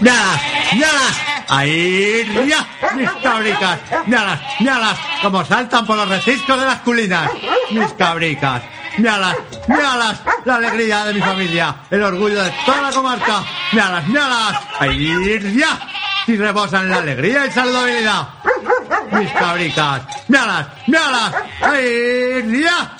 ¡Nada! ¡Nada! ¡Ahí! ¡Ya! ¡Mis cabricas! ¡Míalas! ¡Míalas! ¡Como saltan por los reciscos de las culinas! ¡Mis cabricas! ¡Míalas! ¡Míalas! ¡La alegría de mi familia! ¡El orgullo de toda la comarca! ¡Míalas! ¡Míalas! ¡Ahí! ¡Ya! ¡Si rebosan la alegría y saludabilidad! ¡Mis cabricas! ¡Míalas! ¡Míalas! ¡Ahí! ¡Ya!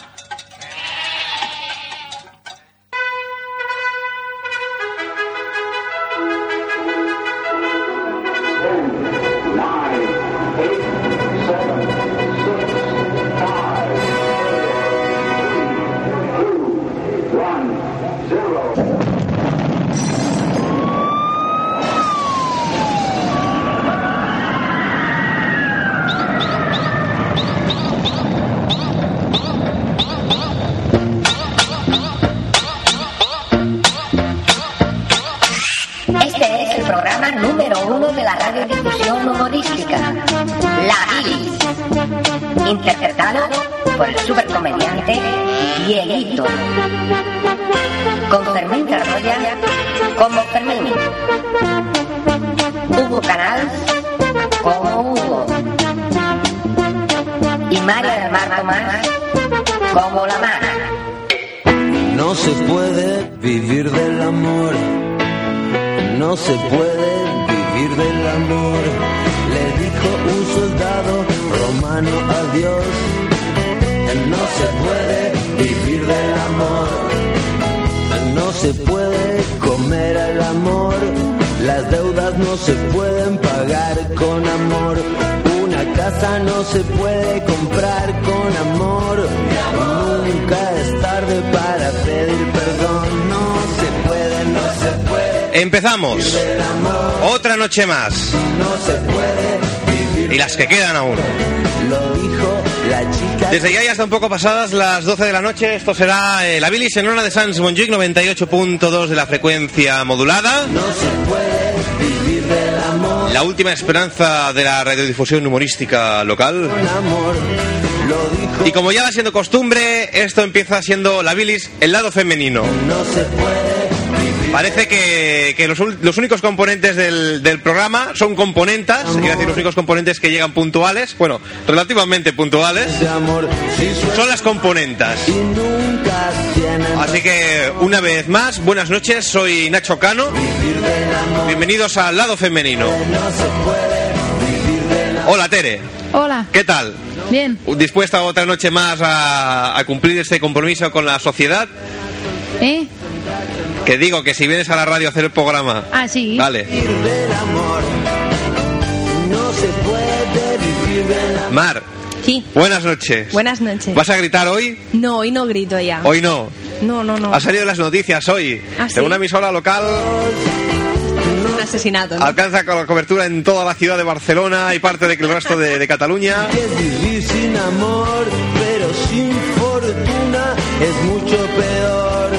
Este es el programa número uno de la radiodifusión humorística, La Bilis, interpretado por el supercomediante Dieguito, con Fermín Carroya como Fermín, Hugo Canals como Hugo, y María del Mar Tomás como La Mara. No se puede vivir del amor. No se puede vivir del amor. Le dijo un soldado romano a Dios. No se puede vivir del amor. No se puede comer al amor. Las deudas no se pueden pagar con amor. Una casa no se puede comprar con amor. Nunca es tarde para pedir perdón. No se puede, no se puede. Empezamos. Otra noche más. No se puede vivir. Y las que quedan aún. Lo dijo la chica. Desde ya ya están un poco pasadas las 12 de la noche. Esto será eh, la bilis en hora de Sans Monjuic 98.2 de la frecuencia modulada. No se puede vivir del amor. La última esperanza de la radiodifusión humorística local. El amor lo dijo. Y como ya va siendo costumbre, esto empieza siendo la bilis, el lado femenino. No se puede vivir. Parece que, que los, ul- los únicos componentes del, del programa son componentas, es decir, los únicos componentes que llegan puntuales, bueno, relativamente puntuales, De amor, si suena son las componentas. y nunca tienen Así que, una vez más, buenas noches, soy Nacho Cano. Bienvenidos al lado femenino. Hola, Tere. Hola, ¿Qué tal? bien. ¿Dispuesta otra noche más a, a cumplir este compromiso con la sociedad? ¿Eh? Que digo que si vienes a la radio a hacer el programa. Ah, sí. Vale. vivir del amor. No se puede vivir del amor. Mar, Sí. buenas noches. Buenas noches. ¿Vas a gritar hoy? No, hoy no grito ya. Hoy no. No, Ah. no, no. Ha salido en las noticias hoy. Ah, de ¿sí? una emisora local Un asesinato. ¿no? alcanza con la cobertura en toda la ciudad de Barcelona y parte del resto de, de Cataluña. Es vivir sin amor, pero sin fortuna es mucho peor.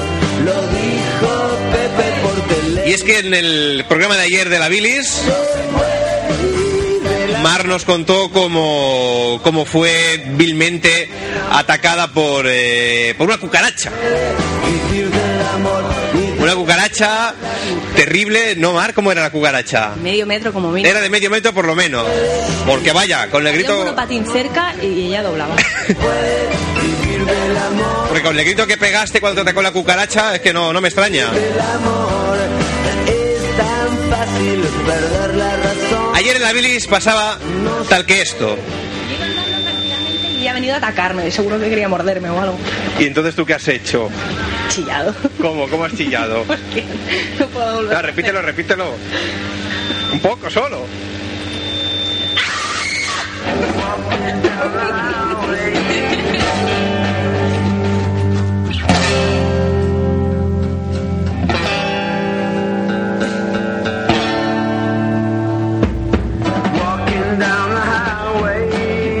Lo dijo Pepe por teléfono. Y es que en el programa de ayer de la Bilis, Mar nos contó cómo, cómo fue vilmente atacada por, eh, por una cucaracha. Vivir del amor y Una cucaracha terrible, ¿no, Mar? ¿Cómo era la cucaracha? Medio metro como mínimo. Era de medio metro por lo menos. Porque vaya, con el Había un grito, monopatín cerca y ella doblaba. vivir del amor, porque con el grito que pegaste cuando te atacó la cucaracha, es que no, no me extraña. el amor. Es tan fácil perder la razón. Ayer en la Bilis pasaba tal que esto. y ha venido a atacarme. Seguro que quería morderme o algo. ¿Y entonces tú qué has hecho? Chillado. ¿Cómo? ¿Cómo has chillado? no puedo volver. No, repítelo, repítelo. Un poco solo.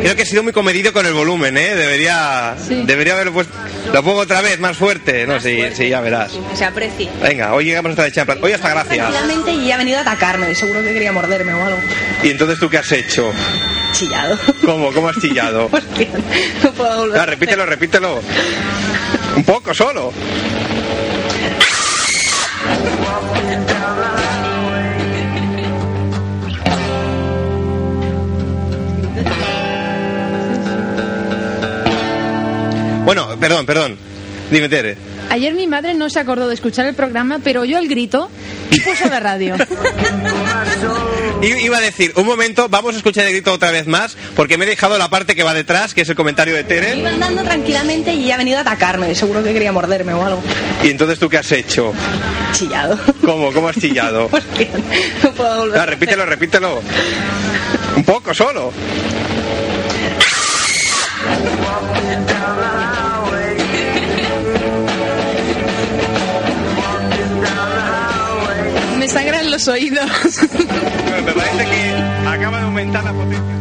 Creo que he sido muy comedido con el volumen, ¿eh? Debería, Sí. debería haberlo puesto... Lo pongo otra vez, más fuerte. No, sí, sí, ya verás. Se aprecia. Venga, hoy llegamos hasta el Champions. Hoy hasta gracias. Tranquilamente y ella ha venido a atacarme. Seguro que quería morderme o algo. ¿Y entonces tú qué has hecho? Chillado. ¿Cómo? ¿Cómo has chillado? no puedo volver. No, repítelo, repítelo. Un poco solo. perdón, perdón. Dime, Tere. Ayer mi madre no se acordó de escuchar el programa, pero oyó el grito y puso la radio. I- Iba a decir, un momento, vamos a escuchar el grito otra vez más, porque me he dejado la parte que va detrás, que es el comentario de Tere. Iba andando tranquilamente y ha venido a atacarme. Seguro que quería morderme o algo. Y entonces, ¿tú qué has hecho? Chillado. ¿Cómo? ¿Cómo has chillado? Hostia, no puedo volver. Ah, repítelo, repítelo. Un poco solo. Me sangran los oídos. Me parece que acaba de aumentar la potencia.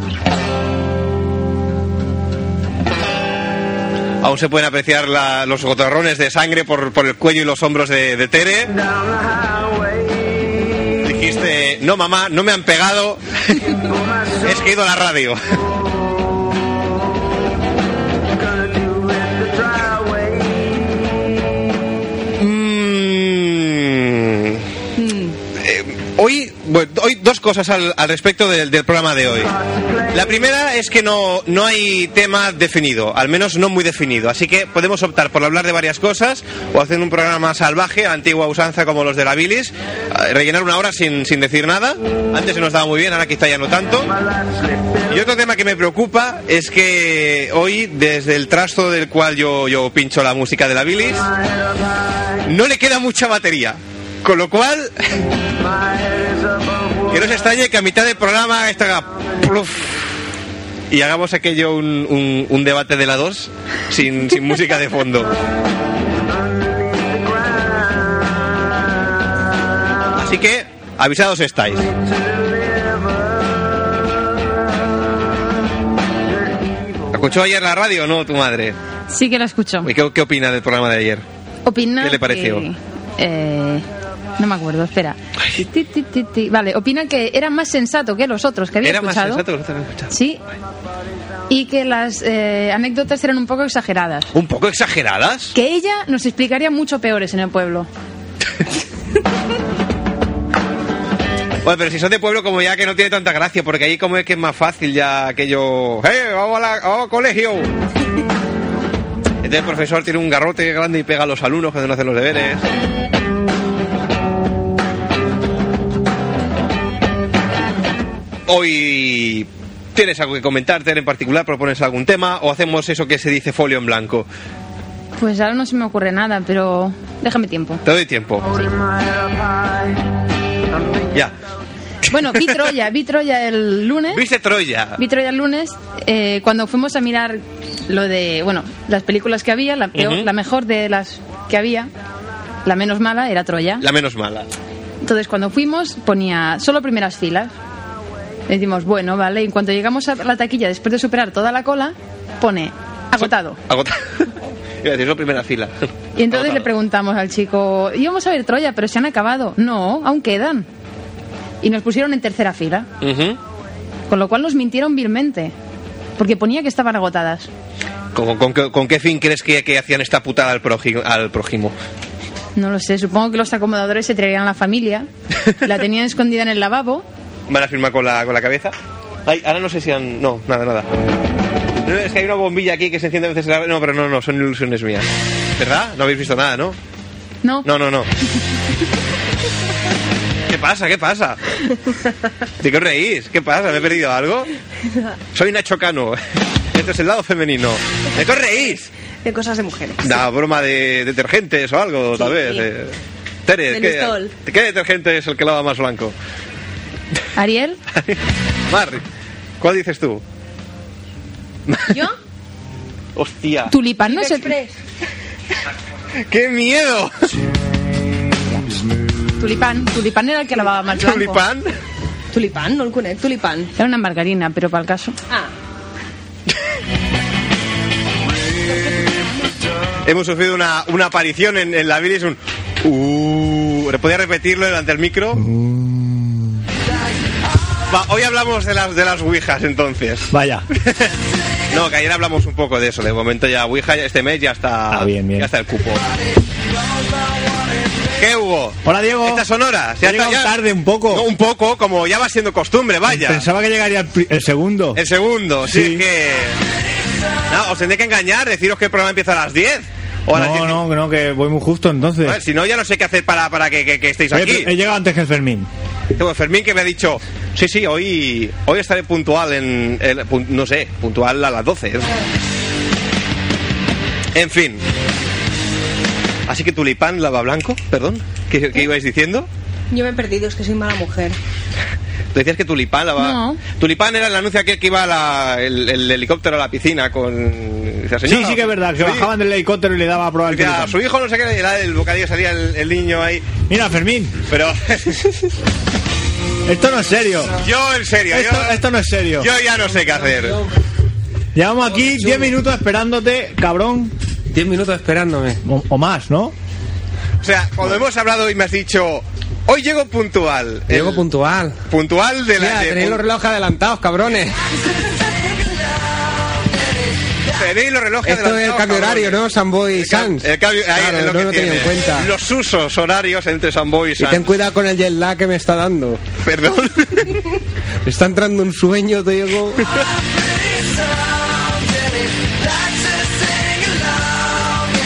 Aún se pueden apreciar la- los gotarrones de sangre por, por el cuello y los hombros de, de Tere. Dijiste, no mamá, no me han pegado. es que he ido a la radio. Mm. Eh, hoy, bueno, hoy dos cosas al, al respecto del, del programa de hoy. La primera es que no, no hay tema definido, al menos no muy definido, así que podemos optar por hablar de varias cosas o hacer un programa salvaje, a antigua usanza como los de la bilis, eh, rellenar una hora sin, sin decir nada. Antes se nos daba muy bien, ahora quizá ya no tanto. Y otro tema que me preocupa es que hoy, desde el trasto del cual yo, yo pincho la música de la bilis, no le queda mucha batería. Con lo cual, que no se extrañe que a mitad del programa esto haga pluf y hagamos aquello un, un- un debate de la 2 sin, sin música de fondo. Así que, avisados estáis. ¿La escuchó ayer la radio o no tu madre? Sí que la escuchó. ¿Y qué, qué opina del programa de ayer? Opina ¿Qué le pareció? que- eh, no me acuerdo, espera. Ti, ti, ti, ti. Vale, opina que era más sensato que los otros que había Era más escuchado. sensato que no te había escuchado. Sí. Y que las eh, anécdotas eran un poco exageradas. ¿Un poco exageradas? Que ella nos explicaría mucho peores en el pueblo. Bueno, pero si son de pueblo como ya que no tiene tanta gracia, porque ahí como es que es más fácil ya aquello... ¡Eh, vamos, a la- vamos al colegio! Entonces el profesor tiene un garrote grande y pega a los alumnos cuando no hacen los deberes. Hoy... ¿Tienes algo que comentar, Ter, en particular? ¿Propones algún tema? ¿O hacemos eso que se dice folio en blanco? Pues ahora no se me ocurre nada, pero déjame tiempo. Te doy tiempo. Ya. Bueno, vi Troya, vi Troya el lunes. ¿Viste Troya? Vi Troya el lunes, eh, cuando fuimos a mirar lo de, bueno, las películas que había, la, peor- Ujú. la mejor de las que había, la menos mala era Troya. La menos mala. Entonces cuando fuimos ponía solo primeras filas. Decimos, bueno, vale, y en cuanto llegamos a la taquilla, después de superar toda la cola, pone agotado. Agotado. Iba a decir, eso primera fila. Y entonces Agotado. le preguntamos al chico, íbamos a ver Troya, pero se han acabado. No, aún quedan. Y nos pusieron en tercera fila, Ujú. con lo cual nos mintieron vilmente, porque ponía que estaban agotadas. ¿Con, con qué- con qué fin crees que, que hacían esta putada al prójimo? Al prójimo? No lo sé, supongo que los acomodadores se traerían a la familia, la tenían escondida en el lavabo. ¿Van a firmar con la, con la cabeza? Ay, ahora no sé si han... No, nada, nada. No, es que hay una bombilla aquí que se enciende a veces... en la- No, pero no, no, son ilusiones mías. ¿Verdad? No habéis visto nada, ¿no? No, No, no, no. ¿Qué pasa? ¿Qué pasa? ¿De qué os reís? ¿Qué pasa? ¿Me he perdido algo? Soy Nacho Cano. Este es el lado femenino. ¿De qué os reís? De cosas de mujeres. Una broma de detergentes o algo, tal vez. sí. eh. Tere, De ¿qué, Listol. ¿qué detergente es el que lava más blanco? Ariel, Mar, ¿cuál dices tú? ¿yo? ¡Hostia! Tulipán no es el... Express. ¡Qué miedo! Tulipán, tulipán era el que lavaba más blanco. ¿Tulipán? Tulipán, no el conec, tulipán. Era una margarina, pero para el caso. Ah, Hemos sufrido una, una aparición en, en la bilis, un... Uh, ¿Podía repetirlo delante del micro? Va, hoy hablamos de las, de las ouijas, entonces. Vaya. No, que ayer hablamos un poco de eso. De momento ya Ouija este mes ya está, Ah, bien, bien. Ya está el cupo. ¿Qué hubo? Hola, Diego. Estas son horas. Ya He está, llegado ya- tarde un poco. No, un poco, como ya va siendo costumbre, vaya. Pensaba que llegaría el, pri- el segundo. El segundo, sí, Sí. es que... No, os tendré que engañar, deciros que el programa empieza a las 10. O a las 10. No, no, no, que voy muy justo entonces. A ver, si no, ya no sé qué hacer para, para que, que- que estéis Oye, aquí. pero He llegado antes que el Fermín. Tengo Fermín que me ha dicho, sí, sí, hoy, hoy estaré puntual en, el- pun- no sé, puntual a las 12. En fin. Así que tulipán, lava blanco, perdón, ¿qué, qué ibais diciendo? Yo me he perdido, es que soy mala mujer. Tú decías que tulipán lava... No. Tulipán era el anuncio aquel que iba a la- el, el helicóptero a la piscina con... esa Sí, señora. sí que es verdad, que Sí. bajaban del helicóptero y le daba a probar el Decía, tulipán. su hijo no sé qué, era el bocadillo, salía el, el niño ahí. Mira, Fermín, Pero esto no es serio. yo, en serio, Esto, yo, esto no es serio. yo ya no sé qué hacer. Llevamos aquí 10 minutos esperándote, cabrón, 10 minutos esperándome. o, o más, ¿no? O sea, cuando hemos hablado y me has dicho, hoy llego puntual. Llego El puntual. puntual de la. Ya, de- tenéis los relojes adelantados, cabrones. tenéis los relojes Esto es el adelantados, cambio horario, cabrones. ¿no? Samboy y El, cam- Sans. el cambio, ahí Claro, es lo no que lo he tenido en tiene. cuenta. Los usos horarios entre Samboy y Y ten Sans. cuidado con el jet lag que me está dando. Perdón. Me está entrando un sueño, Diego.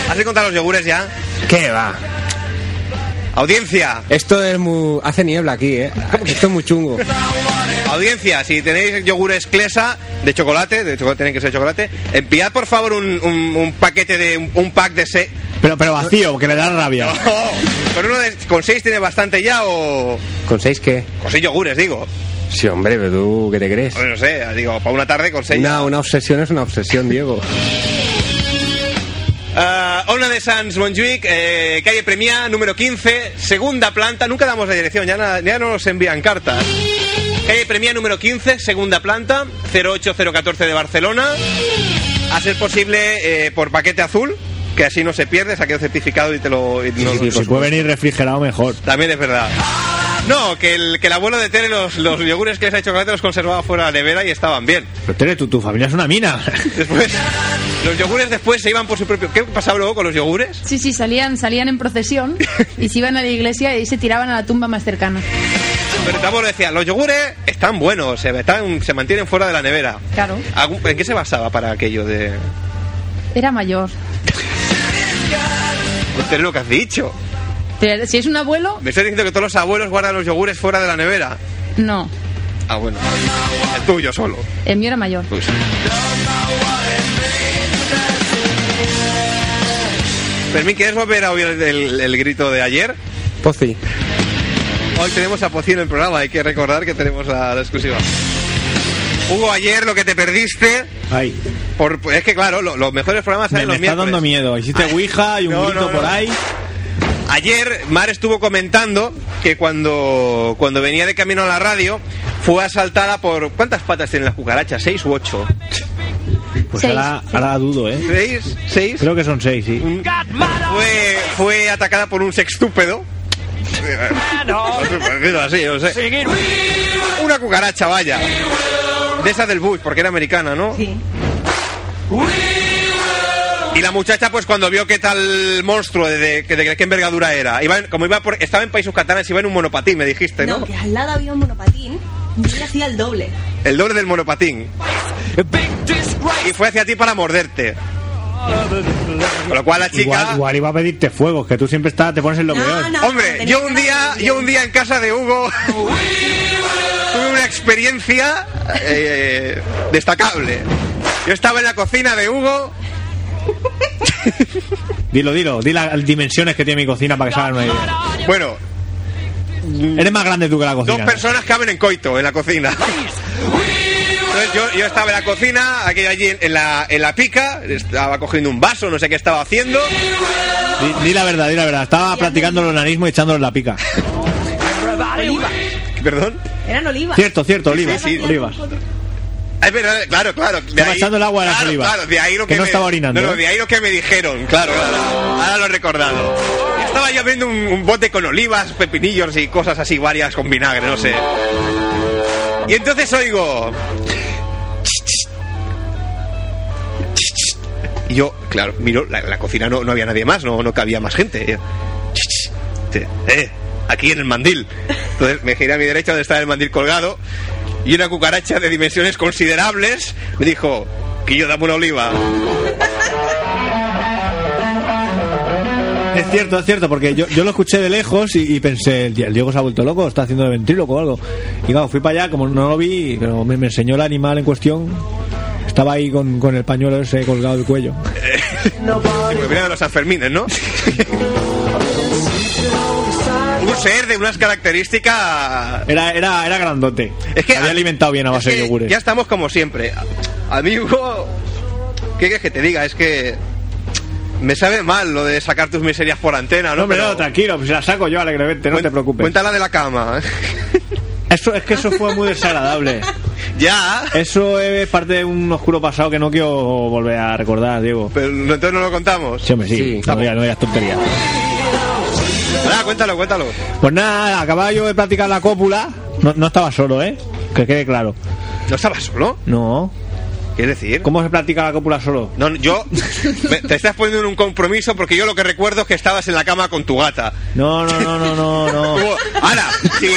¿Has encontrado los yogures ya? ¿Qué va? Audiencia, Esto es muy... Hace niebla aquí, ¿eh? Esto es muy chungo. audiencia, si tenéis yogures Clesa de chocolate, de chocolate tienen que ser de chocolate, enviad por favor un, un- un paquete de un, un pack de se. Oh, Pero, pero vacío, que le da rabia. con uno de, con seis tiene bastante ya o ¿Con seis qué? con seis yogures digo. Sí, hombre, pero tú, ¿qué te crees? O no sé, digo, para una tarde con seis. No, una obsesión es una obsesión, Diego. Ah, Ona de Sans Montjuic, eh, calle Premia, número 15, segunda planta. Nunca damos la dirección, ya, na- ya no nos envían cartas. Calle Premia, número 15, segunda planta, 08014 de Barcelona. A ser posible eh, por paquete azul, que así no se pierde, saqué el certificado y te lo. y no- Si puede venir refrigerado, mejor. También es verdad. No, que el, que el abuelo de Tere los, los yogures que les ha hecho chocolate los conservaba fuera de la nevera y estaban bien. Pero Tere, tu, tu familia es una mina. Después, los yogures después se iban por su propio. ¿Qué pasaba luego con los yogures? Sí, sí, salían, salían en procesión y se iban a la iglesia y se tiraban a la tumba más cercana. Pero tampoco decía, los yogures están buenos, se, están- se mantienen fuera de la nevera. Claro. ¿Algún- ¿En qué se basaba para aquello de...? Era mayor. Usted es lo que has dicho. Pero si es un abuelo, Me estás diciendo que todos los abuelos guardan los yogures fuera de la nevera. no. Ah, bueno. El tuyo solo. El mío era mayor. Pues- Fermín, ¿quieres volver a oír el, el grito de ayer? Pozzi. Hoy tenemos a Pocí en el programa, hay que recordar que tenemos la, la exclusiva. Hugo, ayer lo que te perdiste... Ay, Por, es que claro, lo- los mejores programas me, me salen los está miércoles. dando miedo. Hiciste Ouija y un no, grito no, no. por ahí. Ayer Mar estuvo comentando que cuando, cuando venía de camino a la radio fue asaltada por... ¿Cuántas patas tienen las cucarachas? ¿Seis u ocho? Pues Seis. ahora, ahora dudo, ¿eh? ¿Seis? ¿Seis? Creo que son seis, sí. Un- Fue, fue atacada por un sextúpedo. Decirlo así, no sé. Una cucaracha, vaya. De esa del Bush, porque era americana, ¿no? Sí. Y la muchacha, pues cuando vio qué tal monstruo, de, de- de qué envergadura era, iba en- como iba por- estaba en países catalanes, iba en un monopatín, me dijiste, ¿no? No, que al lado había un monopatín y yo le hacía el doble. El doble del monopatín. Y fue hacia ti para morderte. Con lo cual la Igual, chica... igual iba a pedirte fuegos, que tú siempre estás, te pones en lo No, peor. no. Hombre, yo un día, yo un día en casa de Hugo tuve una experiencia eh, destacable. Yo estaba en la cocina de Hugo Dilo, dilo, di las dimensiones que tiene mi cocina para que se hagan una idea. Bueno, Eres más grande tú que la dos cocina. personas caben en coito en la cocina. Entonces yo, yo estaba en la cocina, aquello allí en la, en la pica, estaba cogiendo un vaso, no sé qué estaba haciendo. Di, di la verdad, di la verdad. Estaba practicando el onanismo y echándolo en la pica. Oliva. Perdón. Eran olivas. Cierto, cierto, olivas. sí, sí. olivas. Ah, Es verdad, claro, claro. De Estaba echando el agua a la claro, saliva. Claro, de ahí lo que, Que no me- estaba orinando, No, no, ¿eh? de ahí lo que me dijeron, claro, claro. Ahora lo he recordado. Estaba yo abriendo un, un bote con olivas, pepinillos y cosas así varias con vinagre, no sé. Y entonces oigo. Y yo, claro, miro, la, la cocina no, no había nadie más, no, no cabía más gente. Eh, eh, aquí en el mandil. Entonces me giré a mi derecha donde estaba el mandil colgado y una cucaracha de dimensiones considerables me dijo, Quillo, dame una oliva. Es cierto, es cierto, porque yo, yo lo escuché de lejos y, y pensé, el die- el Diego se ha vuelto loco, está haciendo de ventríloco o algo. Y claro, fui para allá, como no lo vi, pero me, me enseñó el animal en cuestión. Estaba ahí con, con el pañuelo ese colgado del cuello. Y me viene Pues de los Sanfermines, ¿no? Un ser de unas características Era, era, era grandote. Es que había alimentado bien a es base de que yogures. Ya estamos como siempre. Amigo, ¿qué quieres que te diga? Es que me sabe mal lo de sacar tus miserias por antena, ¿no? No, hombre, Pero- no, tranquilo, pues la saco yo alegremente, no cuen- te preocupes. Cuéntala de la cama. ¿eh? Eso, es que eso fue muy desagradable. ya. Eso es parte de un oscuro pasado que no quiero volver a recordar, Diego. Pero no- entonces no lo contamos. Sí, hombre, sí, Sí. no digas no digas tonterías. Ah, cuéntalo, cuéntalo. Pues nada, acababa yo de practicar la cópula. No, no estaba solo, ¿eh? Que quede claro. ¿No estabas solo? No. ¿Quieres decir? ¿Cómo se practica la cópula solo? No, no, yo. me- te estás poniendo en un compromiso porque yo lo que recuerdo es que estabas en la cama con tu gata. No, no, no, no, no, no. Hubo- Ahora, sí,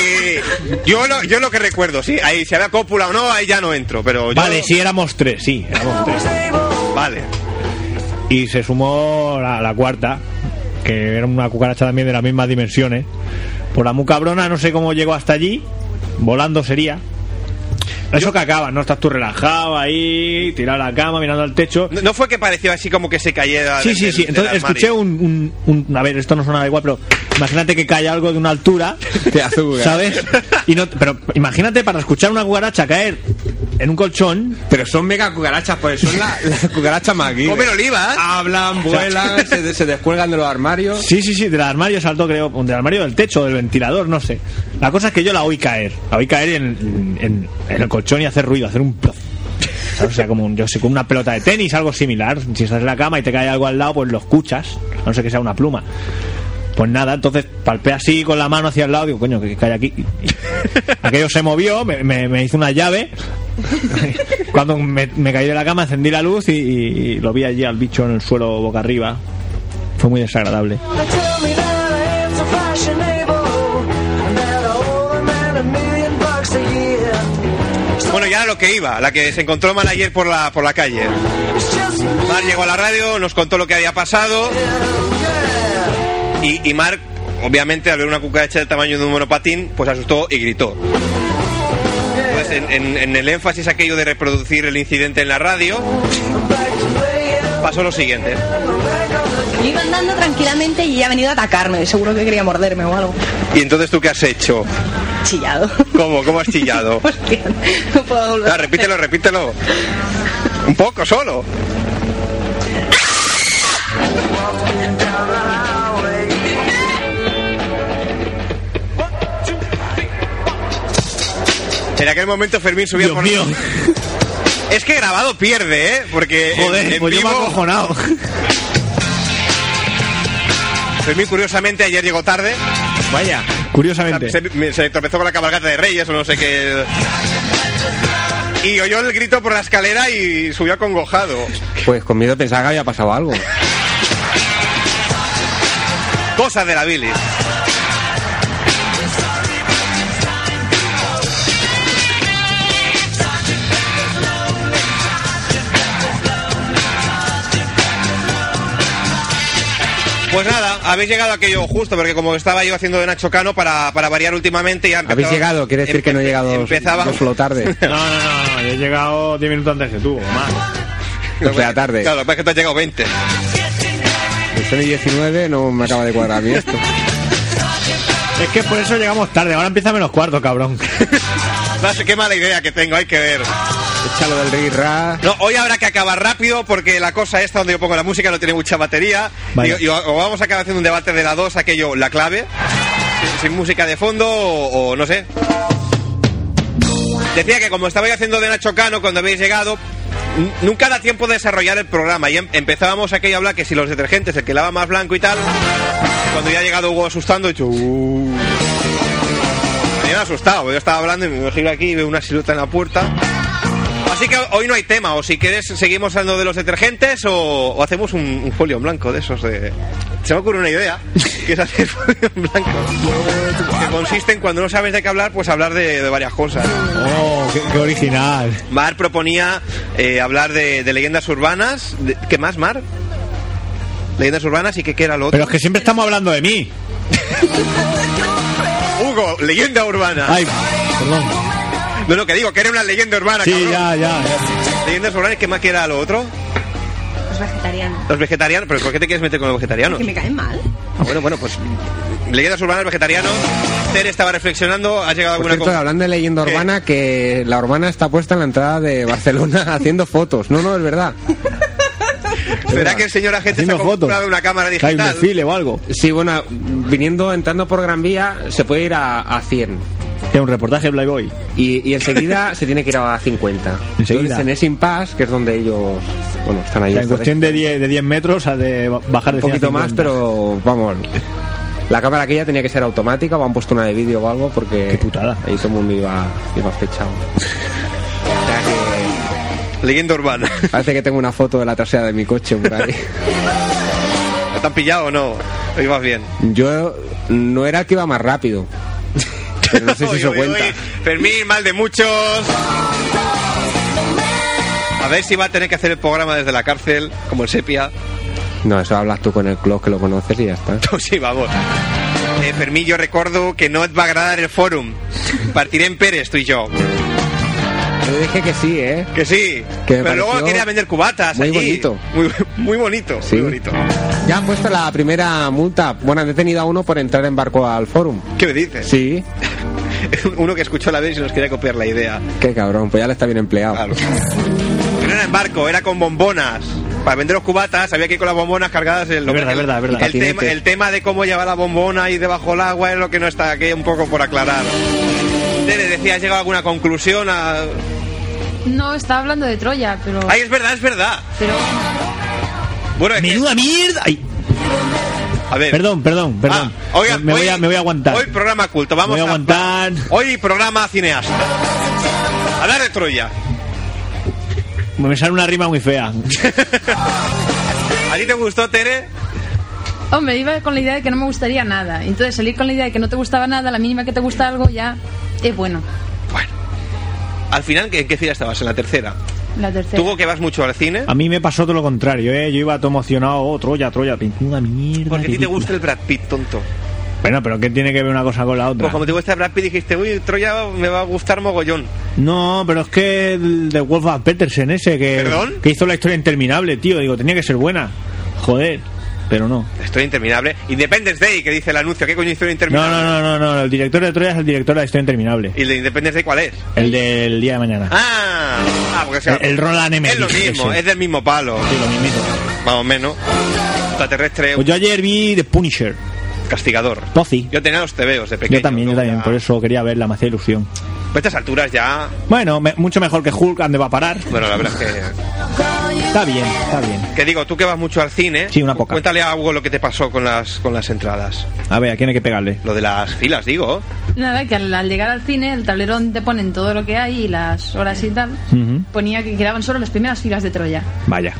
yo, lo, yo lo que recuerdo, sí, ahí si había cópula o no, ahí ya no entro, pero yo- Vale, sí, éramos tres, sí, éramos tres. Vale. Y se sumó la, la cuarta, que era una cucaracha también de las mismas dimensiones. Por la mucabrona, no sé cómo llegó hasta allí, volando sería. Eso que acabas, ¿no? Estás tú relajado ahí, tirado a la cama, mirando al techo. No, no fue que pareció así como que se cayera. Sí, del- sí, del- sí. del Entonces armario. escuché un, un- un- A ver, esto no suena igual, pero imagínate que cae algo de una altura. Te azúcar. ¿Sabes? Y no, pero imagínate para escuchar una cucaracha caer en un colchón. Pero son mega cucarachas, pues son la- las cucarachas más guiles. Comen olivas. Hablan, vuelan, se, de- se descuelgan de los armarios. Sí, sí, sí, del armario saltó, creo. Del armario del techo, del ventilador, no sé. La cosa es que yo la oí caer. La oí caer en, en- en el colchón y hacer ruido, hacer un. plof. ¿Sabes? O sea, como un- yo sé, como una pelota de tenis, algo similar. Si estás en la cama y te cae algo al lado, pues lo escuchas. A no sé que sea una pluma. Pues nada, entonces palpé así con la mano hacia el lado, digo, coño, que cae aquí. Aquello se movió, me, me- me hizo una llave. Cuando me, me caí de la cama, encendí la luz y, y lo vi allí al bicho en el suelo boca arriba. Fue muy desagradable. Bueno, ya lo que iba, la que se encontró mal ayer por la, por la calle. Mar llegó a la radio, nos contó lo que había pasado. Y, y Mar, obviamente, al ver una cucaracha del tamaño de un monopatín, pues asustó y gritó. Entonces, en, en- en el énfasis aquello de reproducir el incidente en la radio, pasó lo siguiente. Yo iba andando tranquilamente y ha venido a atacarme. Seguro que quería morderme o algo. ¿Y entonces tú qué has hecho? Chillado. ¿Cómo? ¿Cómo has chillado? Hostia, no puedo volver. Ah, repítelo, repítelo. Un poco solo. En aquel momento Fermín subía Dios por... mío, Es que grabado pierde, ¿eh? Porque en- en, joder, pues yo me he vivo... acojonado. Fermín, curiosamente, ayer llegó tarde. Vaya, O sea, curiosamente. Se, me- se tropezó con la cabalgata de Reyes o no sé qué... Y oyó el grito por la escalera y subió acongojado. Pues con miedo pensaba que había pasado algo. Cosas de la bilis. Pues nada, habéis llegado a aquello justo, porque como estaba yo haciendo de Nacho Cano para, para variar últimamente ya empezaba- Habéis llegado, quiere decir que no he empe- llegado dos, empezaba, dos solo tarde. No, no, no, no, yo he llegado 10 minutos antes que tú, o más. O sea, tarde. Claro, lo que pasa es que tú has llegado 20. Pues Son y 19, no me acaba de cuadrar a mí esto. Es que por eso llegamos tarde, ahora empieza menos cuarto, cabrón. No sé qué mala idea que tengo, hay que ver. Échalo del rey ra. No, hoy habrá que acabar rápido porque la cosa esta donde yo pongo la música no tiene mucha batería. Vale. Y, y o vamos a acabar haciendo un debate de la 2, aquello, la clave, sin, sin música de fondo o, o no sé. Decía que como estabais haciendo de Nacho Cano cuando habéis llegado, n- nunca da tiempo de desarrollar el programa. Y em- empezábamos aquello a hablar que si los detergentes, el que lava más blanco y tal, cuando ya ha llegado Hugo asustando, he dicho... "Uh". Me había asustado, yo estaba hablando y me giro aquí y veo una silueta en la puerta. Así que hoy no hay tema, o si quieres seguimos hablando de los detergentes o, o hacemos un, un folio en blanco de esos de... se me ocurre una idea, que es hacer folio en blanco. Que consiste en cuando no sabes de qué hablar, pues hablar de, de varias cosas. Oh, qué, qué original. Mar proponía eh, hablar de, de leyendas urbanas. De- ¿Qué más, Mar? Leyendas urbanas y que qué era lo Pero otro. es que siempre estamos hablando de mí. Hugo, leyenda urbana. Ay, perdón. No, no, que digo, que era una leyenda urbana. Sí, cabrón. ya, ya. ya. Leyendas urbanas, ¿qué más que era lo otro? Es vegetariano. Los vegetarianos, pero ¿por qué te quieres meter con los vegetarianos? Que me caen mal. Ah, Bueno, bueno, pues leyendas urbanas, vegetarianos. Ter estaba reflexionando, ha llegado a Por alguna cierto, cosa. hablando de leyenda ¿Qué? urbana, que la urbana está puesta en la entrada de Barcelona haciendo fotos. No, no, es verdad. ¿Será que el señor agente se ha Haciendo comprado fotos. una cámara Hay un digital? desfile o algo. Sí, bueno, viniendo, entrando por Gran Vía, se puede ir a, a 100. Es un reportaje de Playboy. Y, y enseguida se tiene que ir a 50. Enseguida. Entonces, en ese impasse, que es donde ellos, bueno, están ahí. O sea, en cuestión de 10, de 10 metros a de ba- bajar de un poquito 150. más, pero vamos. La cámara aquella tenía que ser automática o han puesto una de vídeo o algo porque... Qué putada. Ahí todo el mundo iba, iba fechado. O sea que Leyenda urbana. parece que tengo una foto de la trasera de mi coche por ahí. ¿Te han pillado o no? Hoy vas bien. Yo no era el que iba más rápido. Pero no sé si Uy, eso uy, cuenta. uy. Fermín, mal de muchos. A ver si va a tener que hacer el programa desde la cárcel, como el Sepia. No, eso hablas tú con el club que lo conoces y ya está. No, sí, vamos. Eh, Fermín, yo recuerdo que no os va a agradar el forum. Partiré en Pérez, tú y yo. Yo dije que sí, ¿eh? Que sí. Que me Pero luego pareció quería vender cubatas. muy allí. bonito. Muy, muy bonito. Sí. Muy bonito. Ya han puesto la primera multa. Bueno, han detenido a uno por entrar en barco al forum. ¿Qué me dices? Sí. Uno que escuchó la vez y nos quería copiar la idea. Qué cabrón, pues ya le está bien empleado. Ah. Pues Claro. Pero No era en barco, era con bombonas. Para vender los cubatas había que ir con las bombonas cargadas en lo Es verdad, el, es verdad, es verdad. El, tema, Patinetes. el tema de cómo llevar la bombona ahí debajo del agua es lo que no está aquí un poco por aclarar. Tere, decía, ¿has llegado a alguna conclusión? A... No, estaba hablando de Troya, pero. Ay, es verdad, es verdad. pero Bueno, es que- ¡Menuda mierda! Ay, a ver. perdón, perdón, perdón. Ah, oiga, me, me hoy- voy a, me voy a aguantar. Hoy programa culto, vamos Me voy a aguantar. Hoy programa cineasta. Hablar de Troya. Me sale una rima muy fea. ¿A ti te gustó, Tere? Hombre, iba con la idea de que no me gustaría nada. Entonces, salir con la idea de que no te gustaba nada, la mínima que te gusta algo, ya es bueno. Al final, ¿en qué fila estabas? En la tercera. La tercera. Tuvo que vas mucho al cine. A mí me pasó todo lo contrario, ¿eh? Yo iba todo emocionado, oh, Troya, Troya, menuda mierda. Porque a ti te película. gusta el Brad Pitt, tonto. Bueno, pero ¿qué tiene que ver una cosa con la otra? Pues como te gusta Brad Pitt, dijiste, uy, Troya me va a gustar mogollón. No, pero es que el de Wolfgang Petersen ese que, ¿Perdón? que hizo la historia interminable, tío. Digo, tenía que ser buena. Joder, pero no. Historia interminable. Independence Day, que dice el anuncio. ¿Qué coño No, historia interminable? no, no, no, no. El director de Troya es el director de la historia interminable. ¿Y el de Independence Day cuál es? El del día de mañana. Ah, ah porque se- El- el Roland Es lo Emmerich, mismo, ese. es del mismo palo. Sí, lo mismito. Más o menos. Extraterrestre, Pues yo ayer vi The Punisher. castigador. Pozi. Yo, Yo tenía los TVOs de pequeño. también, yo ¿no? también. Ya. Por eso quería verla, me hacía ilusión. A estas alturas ya. Bueno, me- mucho mejor que Hulk, ande va a parar. Bueno, la verdad es que. Está bien, está bien. Que digo, tú que vas mucho al cine. Sí, una poca. Cuéntale a Hugo lo que te pasó con las, con las entradas. A ver, ¿a quién hay que pegarle? Lo de las filas, digo. Nada, que al, al llegar al cine, el tablero donde te ponen todo lo que hay y las horas y tal, Ujú. ponía que quedaban solo las primeras filas de Troya. Vaya.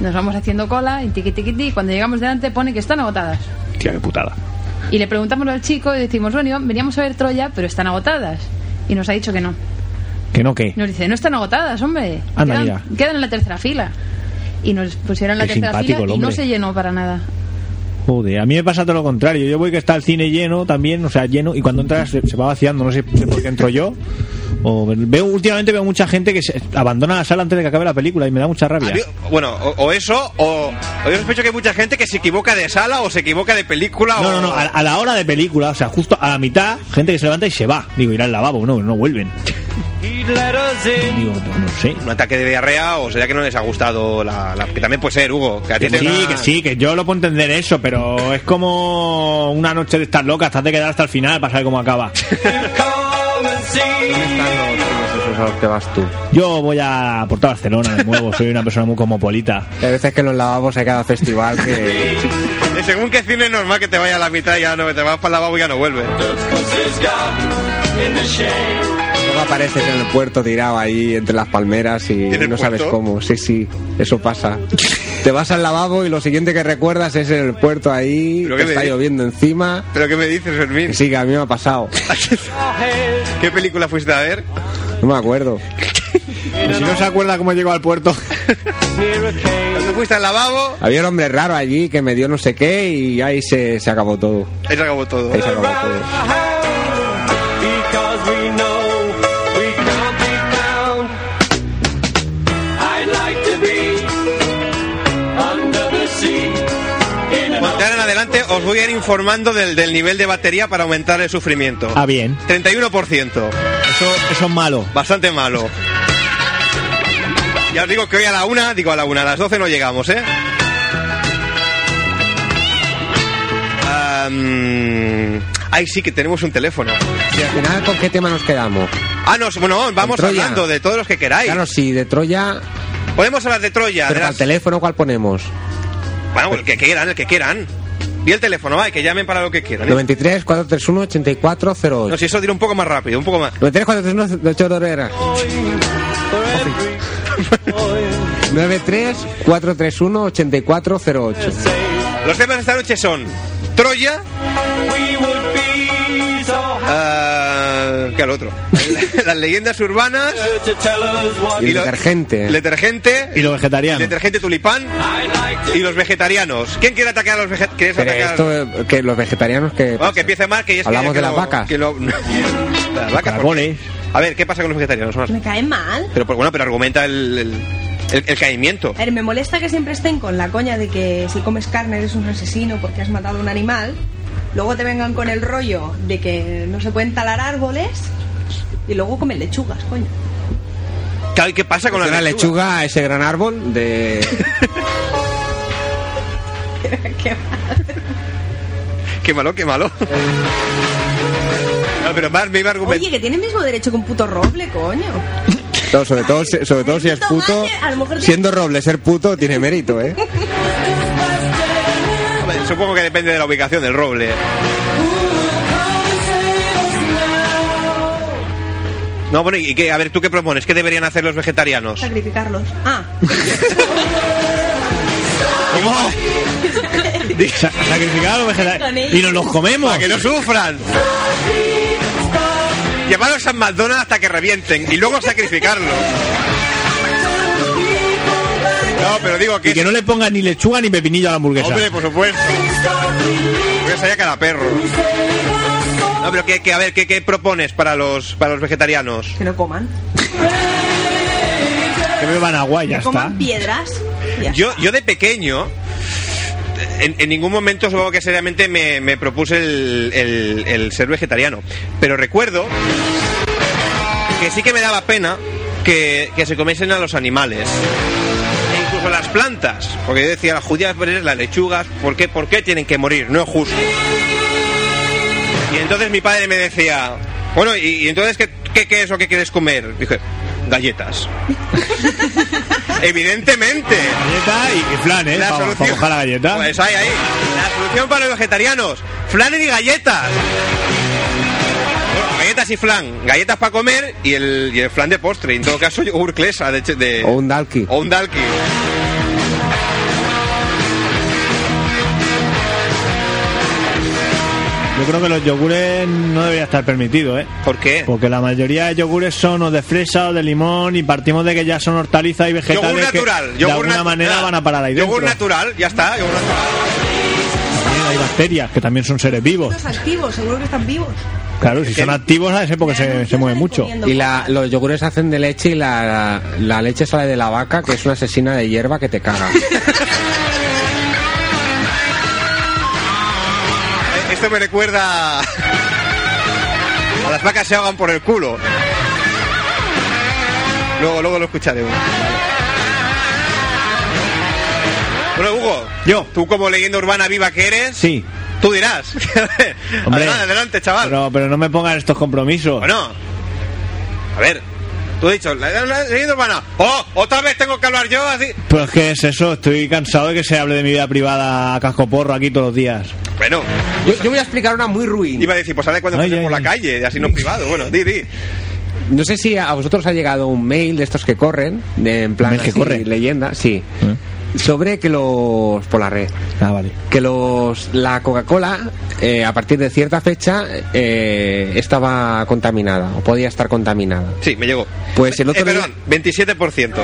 Nos vamos haciendo cola y tiqui tiqui tiqui. Cuando llegamos delante, pone que están agotadas. Tía, qué putada. Y le preguntamos al chico y decimos, bueno, Iván, veníamos a ver Troya, pero están agotadas. Y nos ha dicho que no. ¿Que no qué? Nos dice, no están agotadas, hombre. Anda, quedan, mira. quedan en la tercera fila. Y nos pusieron en la Qué tercera simpático fila el y no hombre. se llenó para nada. Joder, a mí me pasa todo lo contrario. Yo voy que está el cine lleno también, o sea, lleno, y cuando entras se, se va vaciando. No sé, sé por qué entro yo. O veo, últimamente veo mucha gente que se abandona la sala antes de que acabe la película y me da mucha A rabia. mí- bueno, o, o eso, o, o yo sospecho que hay mucha gente que se equivoca de sala o se equivoca de película. No, o- no, no, a, a la hora de película, o sea, justo a la mitad, gente que se levanta y se va. Digo, irá al lavabo, no, no vuelven. Digo, no, no sé. Un ataque de diarrea o será que no les ha gustado la. la- que también puede ser, Hugo. Que a ti Que te sí, da- que sí, que yo lo puedo entender eso, pero es como una noche de estas locas, te has de quedar hasta el final para saber cómo acaba. ¿Dónde están los foros esos a los que vas tú? Yo voy a Porto Barcelona de nuevo, soy una persona muy cosmopolita. Hay veces que en los lavabos hay cada festival que... Eh, Según que cine es normal que te vaya a la mitad y ya no te vas para el lavabo y ya no vuelves. Luego apareces en el puerto tirado ahí entre las palmeras y ¿En el no sabes puerto? cómo. Sí, sí, eso pasa. Te vas al lavabo y lo siguiente que recuerdas es el puerto ahí, ¿Pero que qué me está dices? lloviendo encima. ¿Pero qué me dices, Fermín? Que sí, que a mí me ha pasado. ¿Qué película fuiste a ver? No me acuerdo. Si no se acuerda cómo llegó al puerto. ¿Tú fuiste al lavabo? Había un hombre raro allí que me dio no sé qué y ahí se, se acabó todo. Ahí se acabó todo. Ahí se acabó todo. Bueno, Pues de ahora en adelante os voy a ir informando del, del nivel de batería para aumentar el sufrimiento. Ah, bien. 31%. Eso, eso es malo. Bastante malo. Ya os digo que hoy a la una, digo a la una, a las 12 no llegamos, ¿eh? Ah, mm, ahí sí que tenemos un teléfono. Y al final, ¿con qué tema nos quedamos? Ah, no, bueno, vamos Troya. hablando de todos los que queráis. Claro, si de Troya, Podemos hablar de Troya, de pero al las... teléfono, ¿cuál ponemos? Bueno, el que quieran, el que quieran. Y el teléfono, va, y que llamen para lo que quieran. ¿eh? 93 431 8408. No, si eso diré un poco más rápido, un poco más. 93 431 8408. 93 431 8408. Los temas de esta noche son Troya. ah, ¿Qué al otro? Las leyendas urbanas. Y el lo- detergente. Detergente. Y lo vegetariano. Detergente tulipán. Y los vegetarianos. ¿Quién quiere atacar Ah, a los vegetarianos? Pero esto, eh, que los vegetarianos que. Bueno, que empiece Marc, que ya es que- Hablamos que de lo- las vacas. que lo- las vacas. caracoles. porque- A ver, ¿qué pasa con los vegetarianos, Marc? Me caen mal. Pero pues, bueno, pero argumenta el, el, el- el caimiento. A ver, me molesta que siempre estén con la coña de que si comes carne eres un asesino porque has matado a un animal. Luego te vengan con el rollo de que no se pueden talar árboles. Y luego comen lechugas, coño. Claro, ¿y ¿Qué pasa con Con la la lechuga, ese gran árbol de. Qué mal. Qué malo, qué malo. Eh. No, pero Marc me iba a Oye, argumentar. que tiene el mismo derecho que un puto roble, coño. No, sobre todo, si- sobre todo si es Puto puto. madre, a lo mejor tiene- Siendo roble, ser puto tiene mérito, ¿eh? Supongo que depende de la ubicación del roble. No, bueno, y que, a ver, ¿tú qué propones? ¿Qué deberían hacer los vegetarianos? Sacrificarlos. Ah, ¿Cómo? Sa- sacrificar a los vegetarianos. Y nos los comemos. ¡Para que no sufran! Llevarlos a McDonald's hasta que revienten y luego sacrificarlos. No, pero digo que... Y que no le pongan ni lechuga ni pepinillo a la hamburguesa. Hombre, por supuesto. Voy a salir a cada perro. No, pero que, que, a ver, ¿qué, qué propones para los, para los vegetarianos? que no coman. Que beban agua y ya Que coman está. piedras. y ya Yo, yo de pequeño, en, en ningún momento supongo que seriamente me, me propuse el, el- el ser vegetariano. Pero recuerdo que sí que me daba pena que, que se comiesen a los animales. E incluso las plantas. Porque yo decía, las judías pues verdes, las lechugas, ¿por qué, ¿por qué tienen que morir? No es justo. Y entonces mi padre me decía, bueno, ¿y, y entonces qué, qué, qué es lo que quieres comer? Dije, galletas. Evidentemente. Galleta y, y flan, ¿eh? La Para, solución- mojar la galleta. Pues ahí, ahí. La solución para los vegetarianos: flan y galletas. Bueno, Galletas y flan, galletas para comer y el, y el flan de postre. En todo caso, yogur Clesa de, che- de- O un dalki. o un dalki. Yo creo que los yogures no debería estar permitido, ¿eh? ¿Por qué? Porque la mayoría de yogures son o de fresa o de limón y partimos de que ya son hortalizas y vegetales Yogur que natural. de yogur alguna nat- manera nada. van a parar ahí Yogur dentro. natural, ya está. yogur natural. También hay bacterias que también son seres vivos. Están activos, seguro que están vivos. Claro, si son activos a ese porque Pues, eh, se, se mueven mucho. Y la- los yogures hacen de leche y la, la leche sale de la vaca, que es una asesina de hierba que te caga. Eh, Esto me recuerda. A las vacas se ahogan por el culo. Luego, luego lo escucharemos. Bueno, Hugo, Yo. tú como leyenda urbana viva que eres, Sí. tú dirás. Hombre. adelante, adelante, chaval. Pero, pero no me pongan estos compromisos. Bueno, a ver, tú has dicho, la, la- la leyenda urbana. ¡Oh! Otra vez tengo que hablar yo así. Pero es Pues que es eso, estoy cansado de que se hable de mi vida privada a casco porro aquí todos los días. Bueno, Yo, yo voy a explicar una muy ruin. iba a decir, pues sale cuando Ay, pases ay, por la ay. calle, así no en privado. Bueno, di, di. No sé si a vosotros ha llegado un mail de estos que ¿Eh? corren, de, en plan ¿Mail que así, corre? leyenda, sí. sobre que los por la red Ah, vale. que los la Coca-Cola eh, a partir de cierta fecha eh, estaba contaminada o podía estar contaminada Sí, me llegó. Pues el otro Eh, día- perdón, 27%.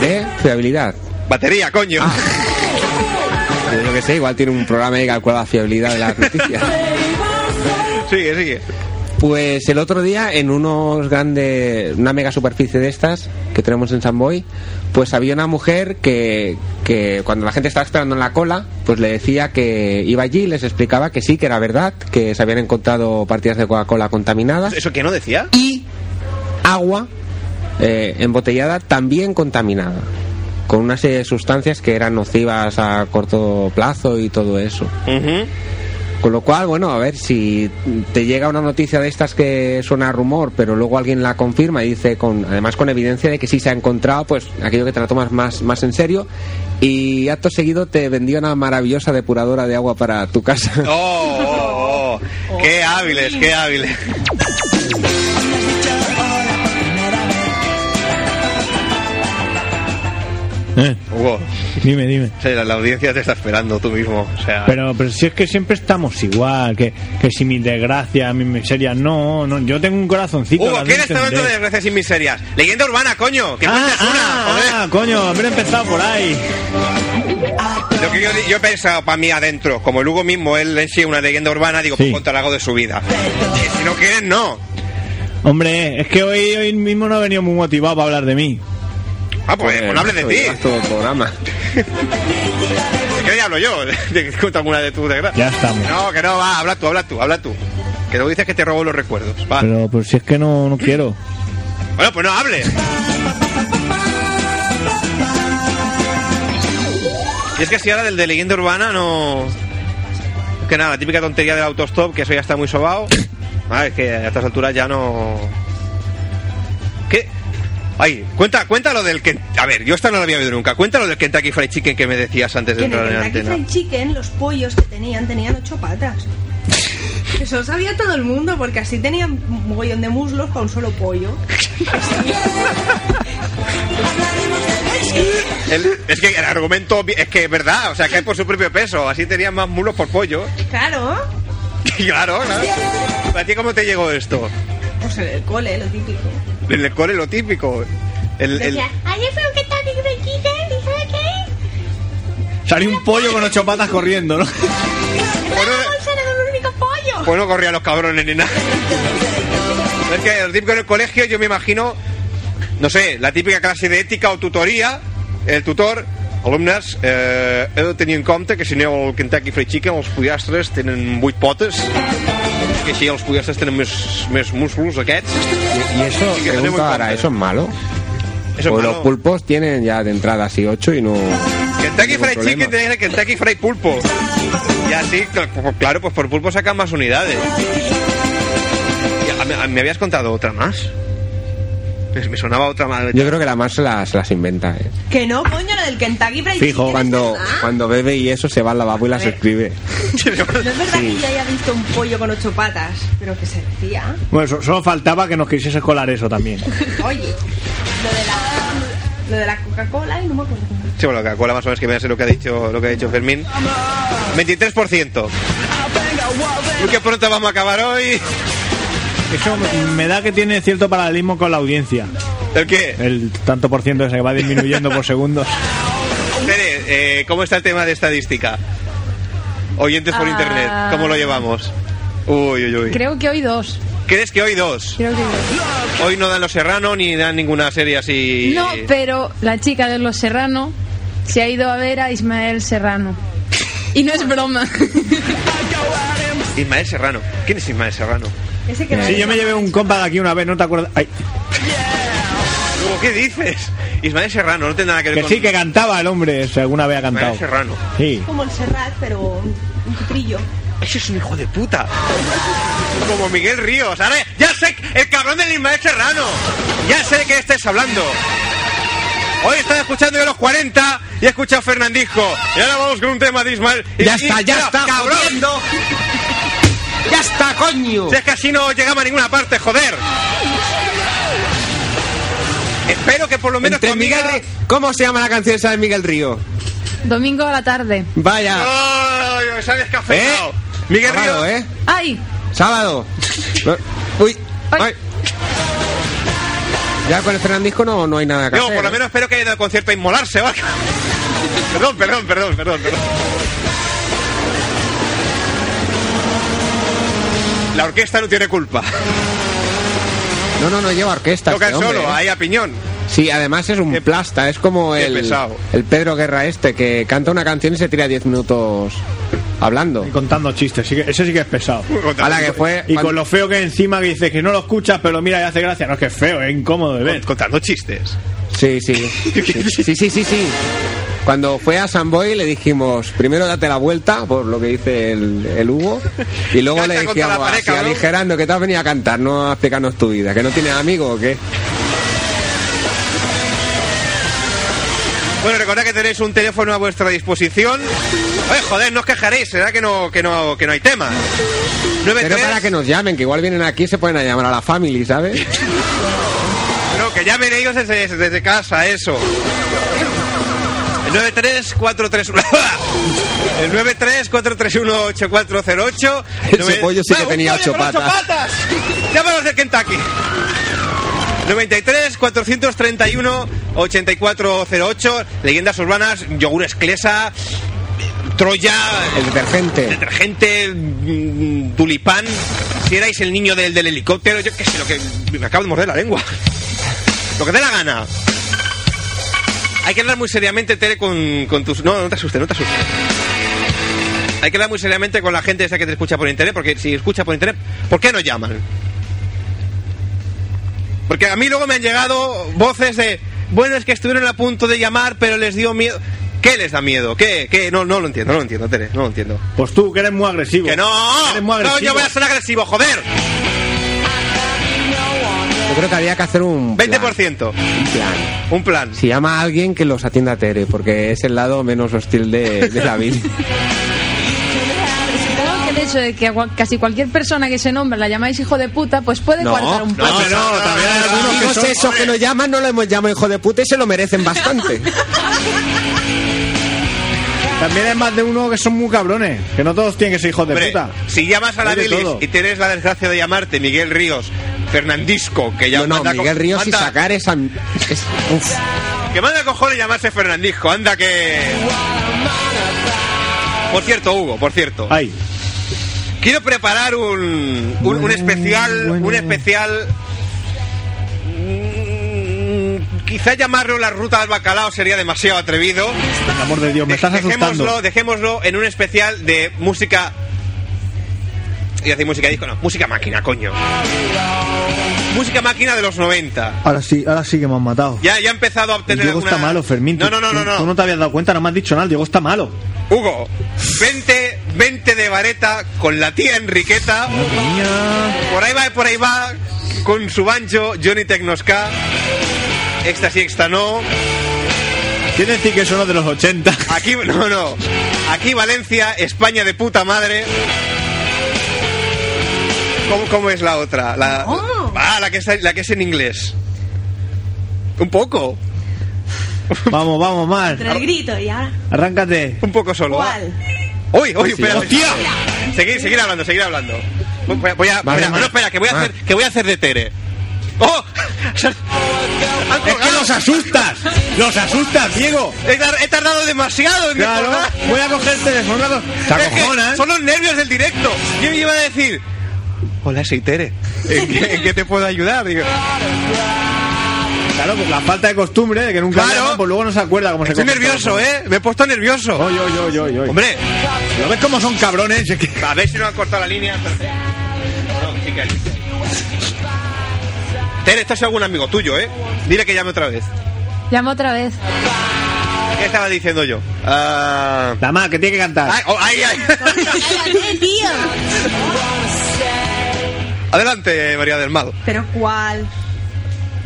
de fiabilidad. Batería, coño. Ah. Yo, yo que sé, igual tiene un programa que calcula la fiabilidad de las noticias. Sigue, sigue. Pues el otro día en unos grandes, una mega superficie de estas que tenemos en San Boy, pues había una mujer que, que cuando la gente estaba esperando en la cola, pues le decía que iba allí y les explicaba que sí, que era verdad, que se habían encontrado partidas de Coca-Cola contaminadas ¿Eso que no decía? y agua eh, embotellada también contaminada, con una serie de sustancias que eran nocivas a corto plazo y todo eso. Ujú. Con lo cual, bueno, a ver si te llega una noticia de estas que suena a rumor, pero luego alguien la confirma y dice, con, además con evidencia de que sí se ha encontrado, pues aquello que te la tomas más, más en serio. Y acto seguido te vendió una maravillosa depuradora de agua para tu casa. Oh, oh, oh. qué hábiles, qué hábiles. Eh, Hugo, dime, dime. o sea, la, la audiencia te está esperando tú mismo. O sea, Pero, pero si es que siempre estamos igual, que, que si mi desgracia, mi miseria, no, no, yo tengo un corazoncito. Hugo, las ¿quién de está hablando de entender. desgracias y miserias? Leyenda urbana, coño. Que no Ah, es una, ah, joder. ah, coño, haber empezado por ahí. Lo que yo, yo he pensado para mí adentro, como el Hugo mismo, él es sí una leyenda urbana, digo, Sí. pues contar algo de su vida. Y si no quieren, no. Hombre, es que hoy, hoy mismo no he venido muy motivado para hablar de mí. Ah, pues, pues no hables de Oye, ti. vas todo el programa. ¿De qué hablo yo? ¿De que cuento alguna de tus Ya desgracias? estamos. No, que no, va, habla tú, habla tú, habla tú. Que luego dices que te robo los recuerdos. Va. Pero, pero si es que no, no quiero. Bueno, pues no hables. Y es que si ahora del de leyenda urbana no. es Que nada, la típica tontería del autostop, que eso ya está muy sobado. Ah, es que a estas alturas ya no. ¿Qué? Ay, cuenta, cuenta lo del que. A ver, yo esta no la había oído nunca. Cuenta lo del Kentucky Fried Chicken que me decías antes de Que en entrar en el la Kentucky antena. Fried Chicken los pollos que tenían tenían ocho patas. Eso lo sabía todo el mundo porque así tenían un mogollón de muslos para un solo pollo. El- es que el argumento obvi- es que es verdad, o sea, que es por su propio peso. Así tenían más mulos por pollo. Claro, Y claro, claro. ¿A ti cómo te llegó esto? pues en el cole, lo típico. En el core lo típico. El, el- Decía, ayer fue un Kentucky Fried Chicken, ¿y sabe qué? Salió un pollo con ocho patas corriendo, ¿no? Bueno, Ese era el único pollo. pues no corrían los cabrones ni nada. Es que lo típico en el colegio, yo me imagino, no sé, la típica clase de ética o tutoría, el tutor, alumnes, eh, heu de tenir en compte que si aneu al Kentucky Fried Chicken els pollastres tenen vuit potes, que així els pollastres tenen més, més músculos aquests. Y eso, Sí, que tenemos pregunto ahora, cuenta. ¿eso es malo? Eso, Pues malo. los pulpos tienen ya de entrada así ocho y no... Kentucky ningún Fried problema. Chicken tiene el Kentucky Fried Pulpo. Y así, cl- pues, claro, pues por pulpo sacan más unidades. Y a- me- a- ¿Me habías contado otra más? Me me sonaba otra más. Yo creo que la más se las, se las inventa, ¿eh? Que no, coño, lo del Kentucky Fried Chicken. Fijo, es cuando, verdad. cuando bebe y eso se va al lavabo y las escribe. No Pues es verdad que yo haya visto un pollo con ocho patas, pero que se decía. Bueno, so- solo faltaba que nos quisiese colar eso también. Oye, lo de la, lo de la Coca-Cola y no me acuerdo. Sí, bueno, la cola más o menos que me hace lo que ha dicho, lo que ha dicho Fermín. 23%. Uy, qué pronto vamos a acabar hoy. Eso me- me da que tiene cierto paralelismo con la audiencia. ¿El qué? El tanto por ciento ese que va disminuyendo por segundos. Tere, eh, ¿cómo está el tema de estadística? Oyentes por Ah. internet, ¿cómo lo llevamos? Uy, uy, uy. Creo que hoy dos. ¿Crees que hoy dos? Creo que hoy dos. Hoy no dan Los Serrano ni dan ninguna serie así. No, pero la chica de Los Serrano se ha ido a ver a Ismael Serrano. Y no es broma. Ismael Serrano. ¿Quién es Ismael Serrano? Ese que Sí, yo me llevé un compa de aquí una vez, no te acuerdas. Ay, Luego, ¿qué dices? Ismael Serrano, no tiene nada que ver que con... sí, que cantaba el hombre, si alguna vez ha Ismael cantado. Serrano. Sí. como el Serrat, pero un un cutrillo. Ese es un hijo de puta. Como Miguel Ríos. Ahora, ya sé, que- el cabrón del Ismael Serrano. Ya sé que estés hablando. Hoy estás escuchando yo los 40 y he escuchado Fernandisco. Y ahora vamos con un tema de Ismael. Y- Ya y- está, ya pero, está, cabrón. jodiendo. ¡Ya está, coño! Si es que así no llegamos a ninguna parte, joder. Eh, Pero que por lo menos Entre tu amiga... Miguel Ri- ¿Cómo se llama la canción esa de Miguel Río? Domingo a la tarde. Vaya. ¡Oh, se ha descafeinado! ¿Eh? Miguel Sábado, Ríos. ¿eh? ¡Ay! Sábado. Uy. Ay. Ay. Ya con el Fernandisco no, no hay nada que Digo, hacer. por lo ¿eh? menos espero que haya ido al concierto a inmolarse, ¿vale? perdón, perdón, perdón, perdón, perdón. La orquesta no tiene culpa. No, no, no lleva orquesta. Toca este el hombre, solo, ¿eh? ahí a piñón. Sí, además es un Qué- plasta, es como qué el, pesado. el Pedro Guerra este, que canta una canción y se tira 10 minutos hablando. Y contando chistes, sí que- eso sí que es pesado. A la que Pues, fue... Y con lo feo que encima que dices que no lo escuchas, pero mira y hace gracia. No es que es feo, es incómodo de ver. Contando chistes. Sí, sí. Sí, sí, sí, sí. sí. Cuando fue a San Boy le dijimos, primero date la vuelta, por lo que dice el, el Hugo, y luego Canta le contra la dijimos, pared, así, cabrón. aligerando, que te has venido a cantar, no a explicarnos tu vida, que no tienes amigo o qué. Bueno, recordad que tenéis un teléfono a vuestra disposición. Oye, joder, no os quejaréis, será que no, que no, que no hay tema. 93, Pero para que nos llamen, que igual vienen aquí y se ponen a llamar a la family, ¿sabes? No, que llamen ellos desde, desde casa, eso. El 93431. El 934318408. Ese pollo sí que tenía ocho patas. Llámanos de Kentucky. 93 431 8408. Leyendas urbanas, yogures Clesa, Troya, El detergente. detergente, mm, tulipán. Si erais el niño del, del helicóptero, yo qué sé, lo que me acabo de morder la lengua. Lo que dé la gana. Hay que hablar muy seriamente, Tere, con, con tus. No, no te asustes, no te asustes. Hay que hablar muy seriamente con la gente esa que te escucha por internet, porque si escucha por internet, ¿por qué no llaman? Porque a mí luego me han llegado voces de. Bueno, es que estuvieron a punto de llamar, pero les dio miedo. ¿Qué les da miedo? ¿Qué? ¿Qué? No, no lo entiendo, no lo entiendo, Tere, no lo entiendo. Pues tú, que eres muy agresivo. ¡Que Eres no! muy ¡No, agresivo. yo voy a ser agresivo, joder! Yo creo que había que hacer un... plan, 20%. un plan. Un plan. Si llama a alguien que los atienda a Tere, porque es el lado menos hostil de, de la vida. Supongo que el hecho de que a gua- casi cualquier persona que se nombre la llamáis hijo de puta, pues puede No, guardar un no, poco. no, no, también hay algunos que Amigos son- esos que nos llaman no lo hemos llamado hijo de puta y se lo merecen bastante. También hay más de uno que son muy cabrones. Que no todos tienen que ser hijos de Hombre, puta. si llamas a la Hay de Bilis todo. y tienes la desgracia de llamarte Miguel Ríos, Fernandisco, que ya No, no, manda co- Miguel Ríos y manda- sacar esa... es- uf. Que manda cojones llamarse Fernandisco, anda que... Por cierto, Hugo, por cierto. Ay, Quiero preparar un, un, un especial, un especial... mm, Quizá llamarlo la ruta del bacalao sería demasiado atrevido. por el amor de Dios, me estás Dej- asustando. dejémoslo, dejémoslo en un especial de música. Y decir música disco, no, música máquina, coño. Música máquina de los 90. Ahora sí, ahora sí que me han matado. Ya, ya he empezado a El obtener. Diego está alguna- malo, Fermín. No, Tú- no, no, no. Tú no. no te habías dado cuenta, no me has dicho nada. El Diego está malo. Hugo, vente, vente de vareta con la tía Enriqueta. Por ahí va, por ahí va. Con su banjo, Johnny Tecnosca. Esta sí, esta no. Quiere decir que son los de los 80. Aquí, no, no. Aquí Valencia, España de puta madre. ¿Cómo, cómo es la otra? La, Ah, la que, es, la que es en inglés. Un poco, Vamos, vamos, mal. Entre el grito y ahora. Arráncate. un poco solo. va. ¿Cuál? ¡Uy, uy, Sí, espera! ¡Hostia! Seguir, seguir hablando, seguir hablando. Voy a... Voy a Vale, espera, vale. no, espera, que voy, a Vale. hacer, que voy a hacer de Tere. ¡Oh! Han ¡Es que colgado. ¡Ah, los asustas! ¡Los asustas, Diego! He tar- He tardado demasiado en Claro, recordar. voy a coger el teléfono. claro. ¿eh? Te Es que acojonas. son los nervios del directo. Yo me iba a decir, hola, soy Tere. ¿En qué, en qué te puedo ayudar? Digo, Claro, pues la falta de costumbre de que nunca Claro. llama, pues luego no se acuerda cómo se estoy comporta. nervioso, ¿eh? Me he puesto nervioso. Oy, oy, oy, oy, oy. Hombre, ¿Lo ves cómo son cabrones? Es que- a ver si no han cortado la línea. No, sí que hay. Tere, esto es algún amigo tuyo, ¿eh? Dile que llame otra vez. Llama otra vez. ¿Qué estaba diciendo yo? Ah, La más, que tiene que cantar. ay, oh, ay, ay. tío! Adelante, María del Mal. ¿Pero cuál?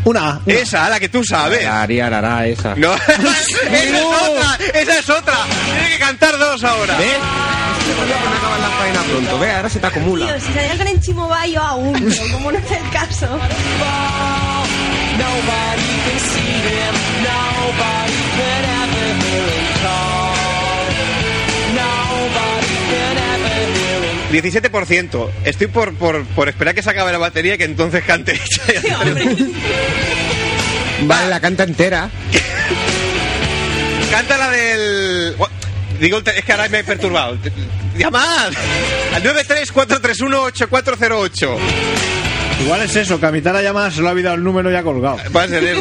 Una, una. Esa, la que tú sabes. La ariarará esa. No, esa es otra, esa es otra. Tiene que cantar dos ahora. ¿Ves? No acaban las faenas pronto. Ve, ahora se te acumula. Tío, si salía con el chimobayo aún, pero como no es el caso. 17%. Estoy por, por, por esperar que se acabe la batería y que entonces cante. Vale, la canta entera. Canta la del. oh, Digo, el te- es que ahora me he perturbado. Llamad al 934318408. Igual es eso, que a mitad de la llamada se lo ha olvidado el número y ha colgado. Va a ser eso.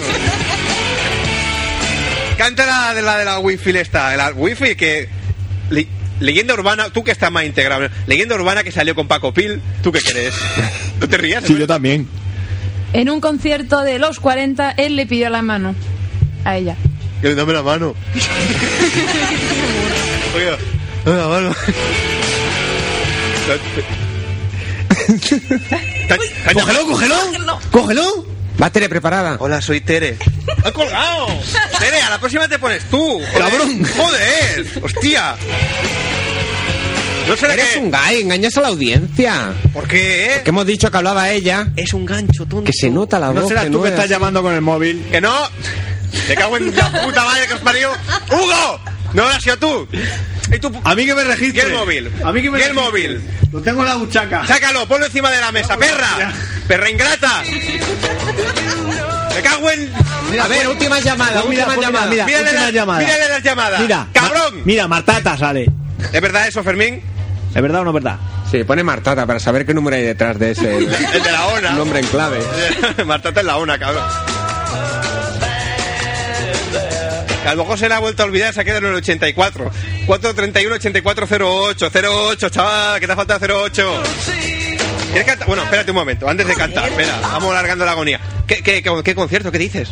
Canta la de la de la wifi esta, de la wifi que le- leyenda urbana, tú que estás más integrado. Leyenda urbana que salió con Paco Pil, ¿tú qué crees? No te rías. Sí, yo también. En un concierto de los 40, él le pidió la mano a ella. Que dame la mano. Oiga, dame la mano. ¡Cógelo, cógelo! ¡Cógelo! Batería preparada. Hola, soy Tere. ¡Ha colgado! Tere, a la próxima te pones tú. joder. Cabrón. ¡Joder! ¡Hostia! No será Eres que... un gay, engañas a la audiencia. ¿Por qué, eh? Que hemos dicho que hablaba ella. Es un gancho, tonto. Que se nota la No voz. serás que tú no que es estás así. llamando con el móvil. ¡Que no! ¡Te cago en la puta madre que os parió! ¡Hugo! ¡No habrás sido tú! ¿Y tú? A mí que me registre. Y el móvil. A mí que me Y el registre. móvil. Lo tengo en la buchaca. ¡Sácalo! ¡Ponlo encima de la mesa, perra! ¡Perra ingrata! ¡Me cago en... A ver, última llamada, Mira, última pues, mira, llamada. mira. Mírale, última las- llamada. mírale las llamadas. Mira, ¡Cabrón! Ma- mira, Martata sale. ¿Es verdad eso, Fermín? ¿Es verdad o no es verdad? Sí, pone Martata para saber qué número hay detrás de ese El de la ONA. nombre en clave. Martata es la ONA, cabrón. Que A lo mejor se le ha vuelto a olvidar, se ha quedado en el 84. 431-8408. 08, chaval, que te ha faltado 08. ¿Quieres cantar? Bueno, espérate un momento, antes de cantar. Espera, vamos alargando la agonía. ¿Qué, qué, qué, qué concierto? ¿Qué dices?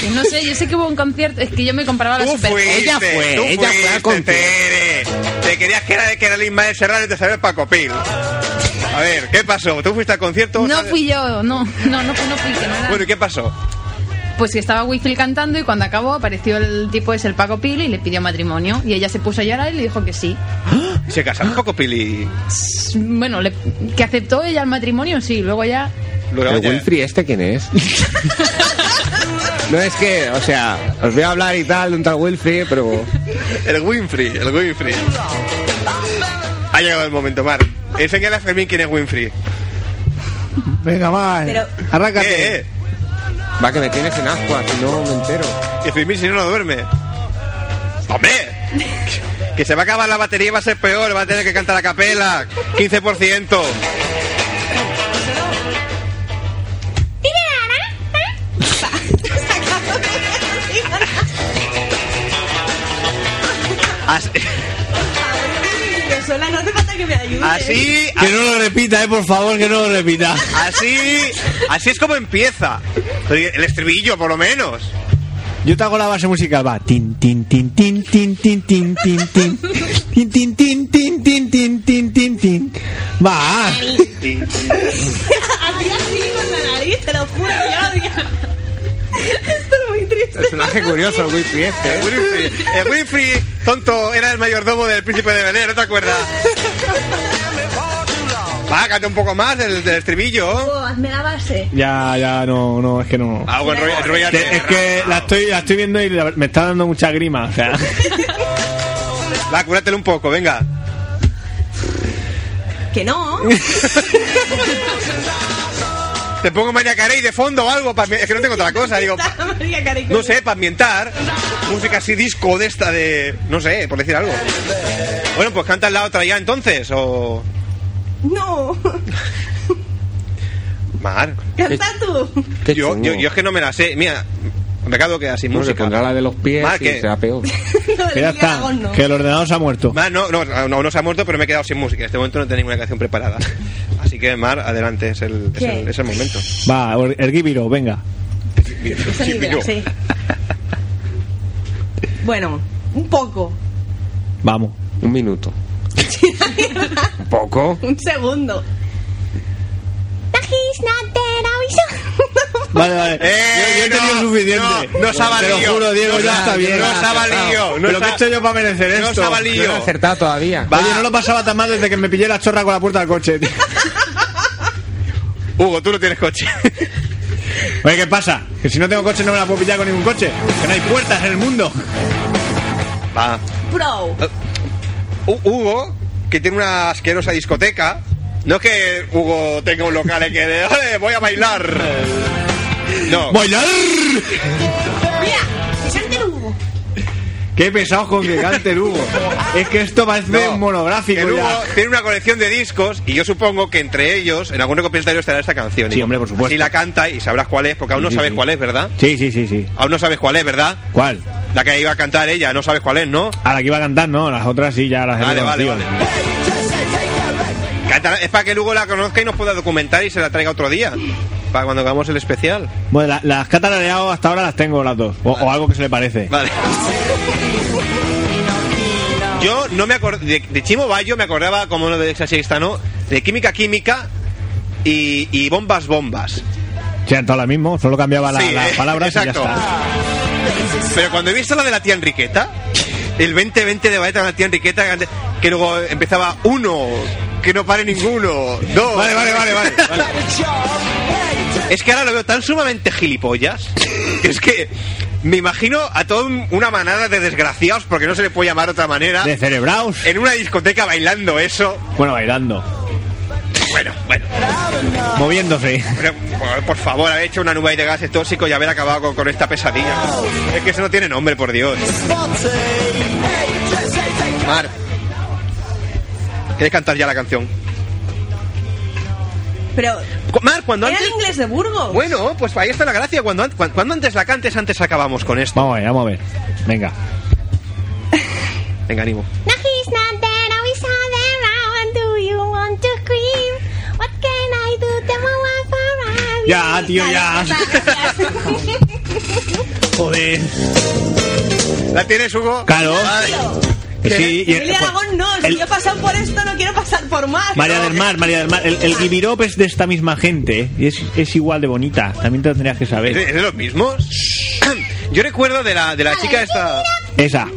Que no sé, yo sé que hubo un concierto, es que yo me comparaba la Tú super. fuiste, Ella fue, tú ella fue al fuiste, concierto. Tere. Te querías que era, que era el Ismael Serrano y te salió el Paco Pil. A ver, ¿qué pasó? ¿Tú fuiste al concierto? No fui yo, no, no, no fui, no fui, que no era- Bueno, ¿y qué pasó? Pues que estaba Whitfield cantando y cuando acabó apareció el tipo ese, el Paco Pil, y le pidió matrimonio. Y ella se puso a llorar y le dijo que sí. Se casaron Paco Pil y... Bueno, le- que aceptó ella el matrimonio, sí. Luego ya... Luego ¿El ya- Winfrey este quién es? No es que, o sea, os voy a hablar y tal de un tal Winfrey, pero El Winfrey, el Winfrey. Ha llegado el momento, Mar. Enseñale a Fermín quién es Winfrey. Venga, va. Pero- Arrácate. ¿Qué? va que me tienes en ascuas, si no me entero. Que Fermín si no, no duerme. ¡Hombre! Que se va a acabar la batería y va a ser peor. Va a tener que cantar a capela. 15%. Así, Que sola no hace falta que me ayude. Ah, así, Que no lo repita, eh, por favor, que no lo repita. así, así es como empieza. El estribillo, por lo menos. Yo te hago la base musical, va. Tin, tin, tin, tin, tin, tin, tin, tin, tin. Tin, tin, tin, tin, tin, tin, tin, tin, tin. Va. Hacía así con la nariz, te lo juro. Yo lo dije. Esto es muy triste. Personaje curioso el Winfrey este, El ¿eh? Winfrey, el Winfrey, tonto, era el mayordomo del príncipe de Belén, ¿no te acuerdas? Va, canta un poco más del, del estribillo. Oh, hazme la base. Ya, ya, no, no, es que no. Ah, bueno, enrolla- enrolla- Que- es que la estoy, la estoy viendo y la- me está dando mucha grima. O sea, Va, cúratelo un poco, venga. Que no. Te pongo María Carey de fondo o algo, para, es que no tengo otra cosa, digo, Está María Carey con- no sé, para ambientar. Música así disco de esta de... no sé, por decir algo. Bueno, pues canta la otra ya entonces, o... No. Mar. Canta tú. Qué Yo, chungo. yo, yo es que no me la sé, mira, me quedo que sin No, se música. pondrá la de los pies Mar, y que- será Lo peor. del que ya Miguel está. Aragón no. Que el ordenador se ha muerto. Mar, no, no, no, no se ha muerto, pero me he quedado sin música. En este momento no tengo ninguna canción preparada. Así que, Mar, adelante, es el, es el, ¿Qué? es el momento. Va, or- el Gibiro, venga. Esa es mi idea, sí. Bueno, un poco. Vamos. Un minuto. Un poco. Un segundo. Vale, vale. yo, yo he no, tenido suficiente. no, no se ha Te valido. lo juro, Diego, No ya se ha- está bien. no se ha valido, Pero no se ¿qué he ha- hecho yo para merecer no esto? se ha valido. No he acertado todavía. Va. Oye, no lo pasaba tan mal desde que me pillé la chorra con la puerta del coche. tío. Hugo, tú no tienes coche. Oye, ¿qué pasa? Que si no tengo coche no me la puedo pillar con ningún coche. Que no hay puertas en el mundo. Va. Pro. Hu- Hugo, que tiene una asquerosa discoteca. No es que Hugo tenga un local en que de, "Ole, voy a bailar. No. ¡Bailar! Mira, si salte el Hugo. Qué pesados con que cante el Hugo. Es que esto parece No. un monográfico. El ya. Hugo tiene una colección de discos y yo supongo que entre ellos, en algún recopilatorio estará esta canción. Sí, hombre, por supuesto. Y la canta y sabrás cuál es, porque aún no Sí, sabes sí. cuál es, ¿verdad? Sí, sí, sí, sí. Aún no sabes cuál es, ¿verdad? ¿Cuál? La que iba a cantar ella, no sabes cuál es, ¿no? A la que iba a cantar, no, las otras sí, ya las he Vale, vale, vale. reconocido. Cántala, Es para que Lugo la conozca y nos pueda documentar y se la traiga otro día. Para cuando hagamos el especial. Bueno, la- las que ha tarareado hasta ahora las tengo las dos. O, o algo que se le parece. Vale. Yo no me acordaba. De, de Chimo Bayo me acordaba, como no de Exasista, ¿no? De Química Química y, y Bombas Bombas. Sí, han estado las mismas, solo cambiaba la, Sí, las eh, palabras y ya exacto. está. Pero cuando he visto la de la tía Enriqueta, el 2020 de Baeta con la tía Enriqueta, que luego empezaba uno, que no pare ninguno, dos. Vale, vale, vale, vale, vale. Es que ahora lo veo tan sumamente gilipollas, que es que me imagino a toda un- una manada de desgraciados, porque no se le puede llamar de otra manera, De cerebraos. en una discoteca bailando eso. Bueno, bailando. Bueno, bueno. Moviéndose. Pero, por- por favor, haber hecho una nube de gases tóxicos y haber acabado con, con esta pesadilla. Es que eso no tiene nombre, por Dios. Mar, ¿quieres cantar ya la canción? Pero, Cu- Mar, cuando ¿era antes... el inglés de Burgos? Bueno, pues ahí está la gracia. Cuando, an- cuan- cuando antes la cantes, antes acabamos con esto. Vamos a ver, vamos a ver. Venga. Venga, ánimo. No, he's not there, no, he's not there. How do you want to scream? What can I do? Tell me what for I Ya, tío, ya. Joder. ¿La tienes, Hugo? Claro. Vale. Que Sí, y- Emilia Aragón, no, si el- yo he pasado por esto, no quiero pasar por más. María No. del Mar, María del Mar. El, el Gibirop es de esta misma gente ¿eh? y es, es igual de bonita. También te lo tendrías que ¿Es de, saber. es de los mismos? Yo recuerdo de la, de la chica esta... Esa.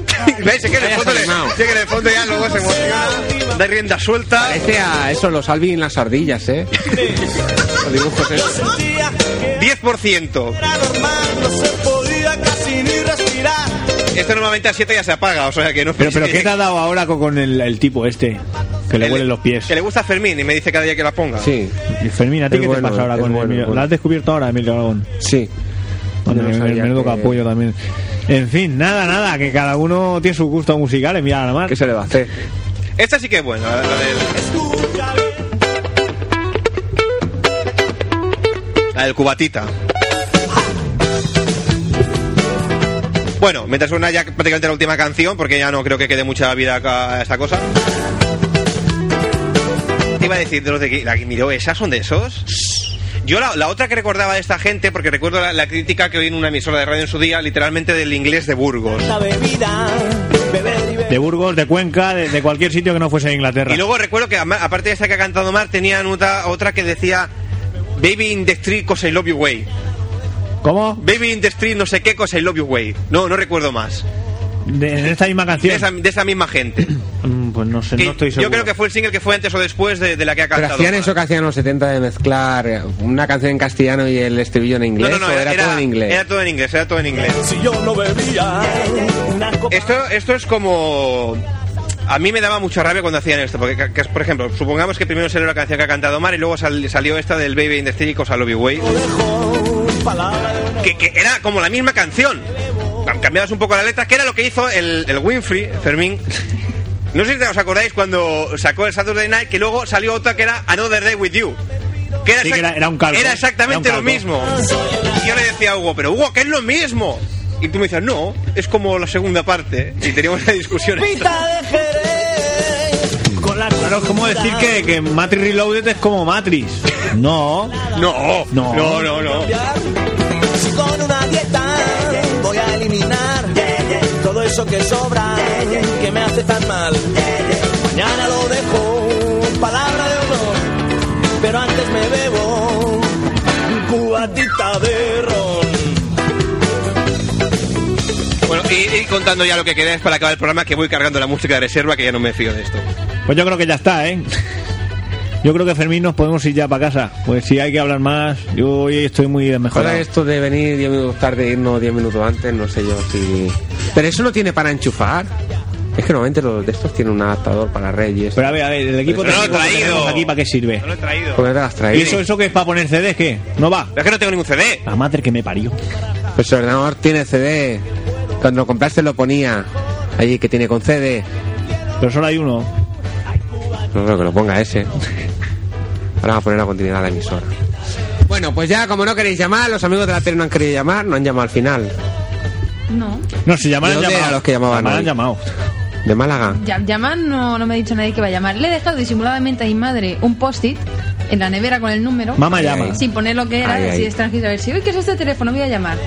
¿Veis? Sé que, en el Vaya fondo le- animado. sé que en el fondo ya luego se emociona, da rienda suelta. Parece a eso, los Alvin y las ardillas, ¿eh? Los dibujos, ¿eh? 10%. Esto normalmente a 7 ya se apaga, o sea que no Pero, pero ¿qué te ha dado ahora con- con el, el tipo este? Que le El- huelen los pies. Que le gusta a Fermín y me dice cada día que la ponga. Sí, Y Fermín, ¿a ti Es qué bueno, te pasa ahora es con bueno, Emilio? es bueno. ¿La has descubierto ahora, Emilio Aragón? sí. Madre No mía, sabía menudo que- capullo también. En fin, nada, nada, que cada uno tiene sus gustos musicales, mira nada más. ¿Qué se le va a hacer? Esta sí que es buena. La, la del... La del cubatita. Bueno, mientras suena ya prácticamente la última canción, porque ya no creo que quede mucha vida acá a esta cosa. Te iba a decir de los de que la que miró, ¿esas son de esos? Yo la, la otra que recordaba de esta gente, porque recuerdo la, la crítica que oí en una emisora de radio en su día, literalmente del inglés de Burgos. De Burgos, de Cuenca, de, de cualquier sitio que no fuese Inglaterra. Y luego recuerdo que ama- aparte de esta que ha cantado Mar, tenían otra, otra que decía Baby in the street cause I love you way. ¿Cómo? Baby in the street no sé qué cause I love you way. No, no recuerdo más. De, en esta misma De canción. esa, de esa misma gente. Mm, pues no sé, Que no estoy seguro. yo creo que fue el single que fue antes o después de, de la que ha ¿Pero cantado. hacían Mar. eso que hacían en los 70 de mezclar eh, una canción en castellano y el estribillo en No, inglés? no, no, ¿O era, todo en inglés? Era todo en inglés, era todo en inglés. Esto, esto es como. A mí me daba mucha rabia cuando hacían esto, porque, ca- que es- por ejemplo, supongamos que primero salió la canción que ha cantado Mar y luego sal- salió esta del Baby in the Street Cosa Love You Way. Que, que era como la misma canción. Cam- Cambiabas un poco la letra, que era lo que hizo el, el Winfrey, Fermín. No sé si os acordáis cuando sacó el Saturday Night, que luego salió otra que era Another Day With You. Que era, Sí, que exact- era- era un calco. Era exactamente Era un lo calco. mismo. Y yo le decía a Hugo, pero Hugo, que es lo mismo. Y tú me dices, no, es como la segunda parte. Y teníamos la discusión. Claro, es como decir que, que Matrix Reloaded es como Matrix. No. No, No. no, no, no. Con una dieta voy a eliminar todo eso que sobra que me hace tan mal. Mañana lo dejo, palabra de honor, pero antes me bebo un cubatita de ron. Bueno, y, y contando ya lo que queráis para acabar el programa, que voy cargando la música de reserva, que ya no me fío de esto. Pues yo creo que ya está, ¿eh? Yo creo que Fermín nos podemos ir ya para casa. Pues si hay que hablar más, yo hoy estoy muy Ahora desmejorado. esto de venir e 10 minutos tarde, irnos 10 minutos antes, no sé yo si... Pero eso no tiene para enchufar. Es que normalmente los de estos tienen un adaptador para red y esto. Pero a ver, a ver, el equipo No lo he técnico que traído. tenemos aquí para qué sirve. No lo he traído. ¿Por qué te las ¿Y traes? eso, eso que es para poner CDs qué? No va. Pero es que no tengo ningún CD. La madre que me parió. Pues el ordenador tiene CD. Cuando lo compraste lo ponía. Allí que tiene con CD. Pero solo hay uno. No creo que lo ponga ese. Ahora va a poner a continuidad la emisora. Bueno, pues ya como no queréis llamar, los amigos de la tele no han querido llamar, no han llamado al final. No. No, si llamaran ¿De dónde llamado. a los que llamaban Llamaran hoy? llamado. De Málaga. Ya- Llaman, no, no me ha dicho nadie que va a llamar. Le he dejado disimuladamente a mi madre un post-it en la nevera con el número. Mamá llama. Sin poner lo que era, Ay, ay. así extranjero. A ver si, uy, ¿qué es este teléfono? Voy a llamar.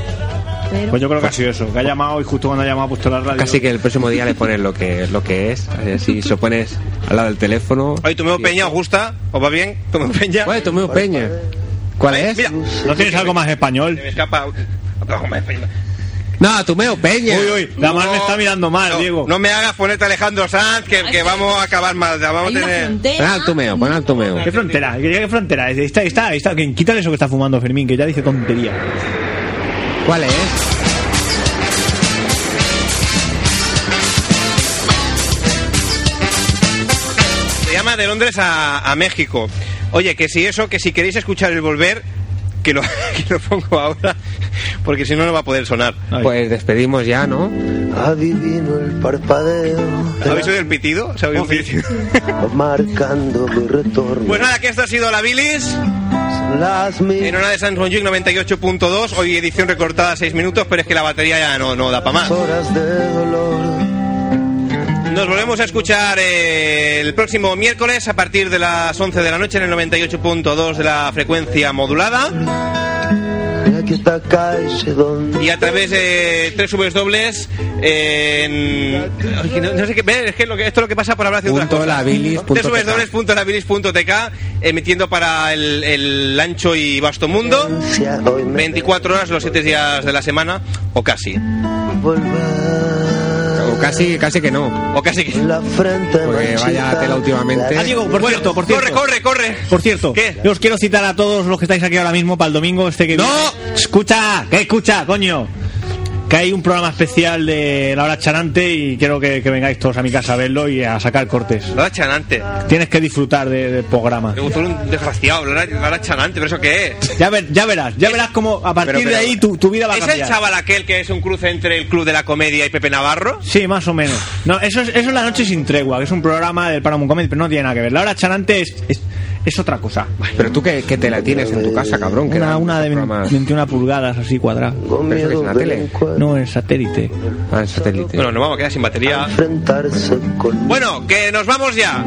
Pero. Pues yo creo que ha sido eso. Que ha llamado y justo cuando ha llamado ha puesto la radio. Casi que el próximo día le pones lo que, lo que es. Así se lo pones al lado del teléfono. Oye, Tomeo Peña, ¿os gusta? ¿Os va bien? Tomeo Peña. Oye, Tomeo Peña. ¿Cuál es? Mira, ¿No tienes algo más español? se me escapa. No, Tomeo Peña. Uy, uy, la madre me está mirando mal, no, Diego. No me hagas ponerte Alejandro Sanz, que, que vamos a acabar mal. la Vamos Hay a una tener. Pon frontera. al Tomeo, pon al Tomeo. ¿Qué frontera? ¿Qué, qué frontera? Ahí Está, ahí está, ahí está. Que- Quítale eso que está fumando Fermín, que ya dice tontería. ¿Cuál es? Se llama de Londres a, a México. Oye, que si eso, que si queréis escuchar el volver, que lo, que lo pongo ahora, porque si no, no va a poder sonar. Ay. Pues despedimos ya, ¿no? Adivino el parpadeo, ¿Habéis oído el pitido? ¿Se ha oído el pitido? marcando mi retorno. Pues nada, que esto ha sido la bilis. Las mil En hora de Samsung 98.2, hoy edición recortada 6 minutos, pero es que la batería ya no, no da para más. horas de dolor. Nos volvemos a escuchar eh, el próximo miércoles a partir de las 11 de la noche en el 98.2 de la frecuencia modulada En esta calle donde y a través de tres subes dobles en... Ay, que No, no sé qué... ve, Es que, lo que- esto es lo que pasa por hablar de otras Punto cosas. labilis punto tk. www.labilis.tk emitiendo para el, el ancho y vasto mundo sea hoy me 24 horas los 7 días de la semana o casi volver. O casi, casi que no. o casi que La frente Porque vaya manchita, tela últimamente. Ah, Diego, por cierto, por cierto. corre corre corre Por cierto, ¿Qué? yo os quiero citar a todos los que estáis aquí ahora mismo para el domingo este que ¡No! viene. Escucha, que escucha, coño. Que hay un programa especial de La Hora Charante y quiero que, que vengáis todos a mi casa a verlo y a sacar cortes. Lara Chanante Tienes que disfrutar de- del programa. me gustó un desgraciado Lara, Lara Chanante pero eso qué es Ya, ver- ya verás, ya verás cómo a partir Pero, de pero, ahí tu, tu vida va a Eh, ¿Es el cambiar. chaval aquel que es un cruce entre el Club de la Comedia y Pepe Navarro? Sí, más o menos. No, eso es, eso es La Noche sin Tregua, que es un programa del Paramount Comedy, pero no tiene nada que ver. La Hora Charante es, es, es otra cosa. Pero tú que, que te la tienes en tu casa, cabrón. que Una, dan una de programas- 21 pulgadas, así cuadrada. con Pero eso que es miedo una del tele. encuentro, No es satélite. Ah, el satélite. Bueno, nos vamos a quedar sin batería. enfrentarse con Bueno, que nos vamos ya.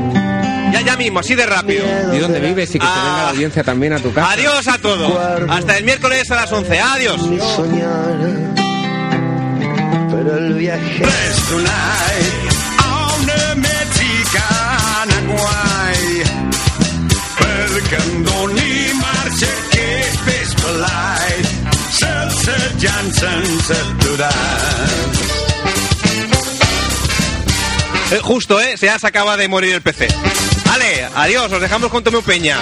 Ya, ya mismo, así de rápido. ¿Y dónde vives? Y que te Ah. venga la audiencia también a tu casa. Adiós a todos. Hasta el miércoles a las 11. Adiós. mi soñar. Pero el viaje tonight on the Mexican Guay. Perkando ni marche que es polite. Seltzer Johnson said to that. Eh, justo, ¿eh? Se ya se acaba de morir el PC. Vale, adiós. Os dejamos con Tomeu Peña.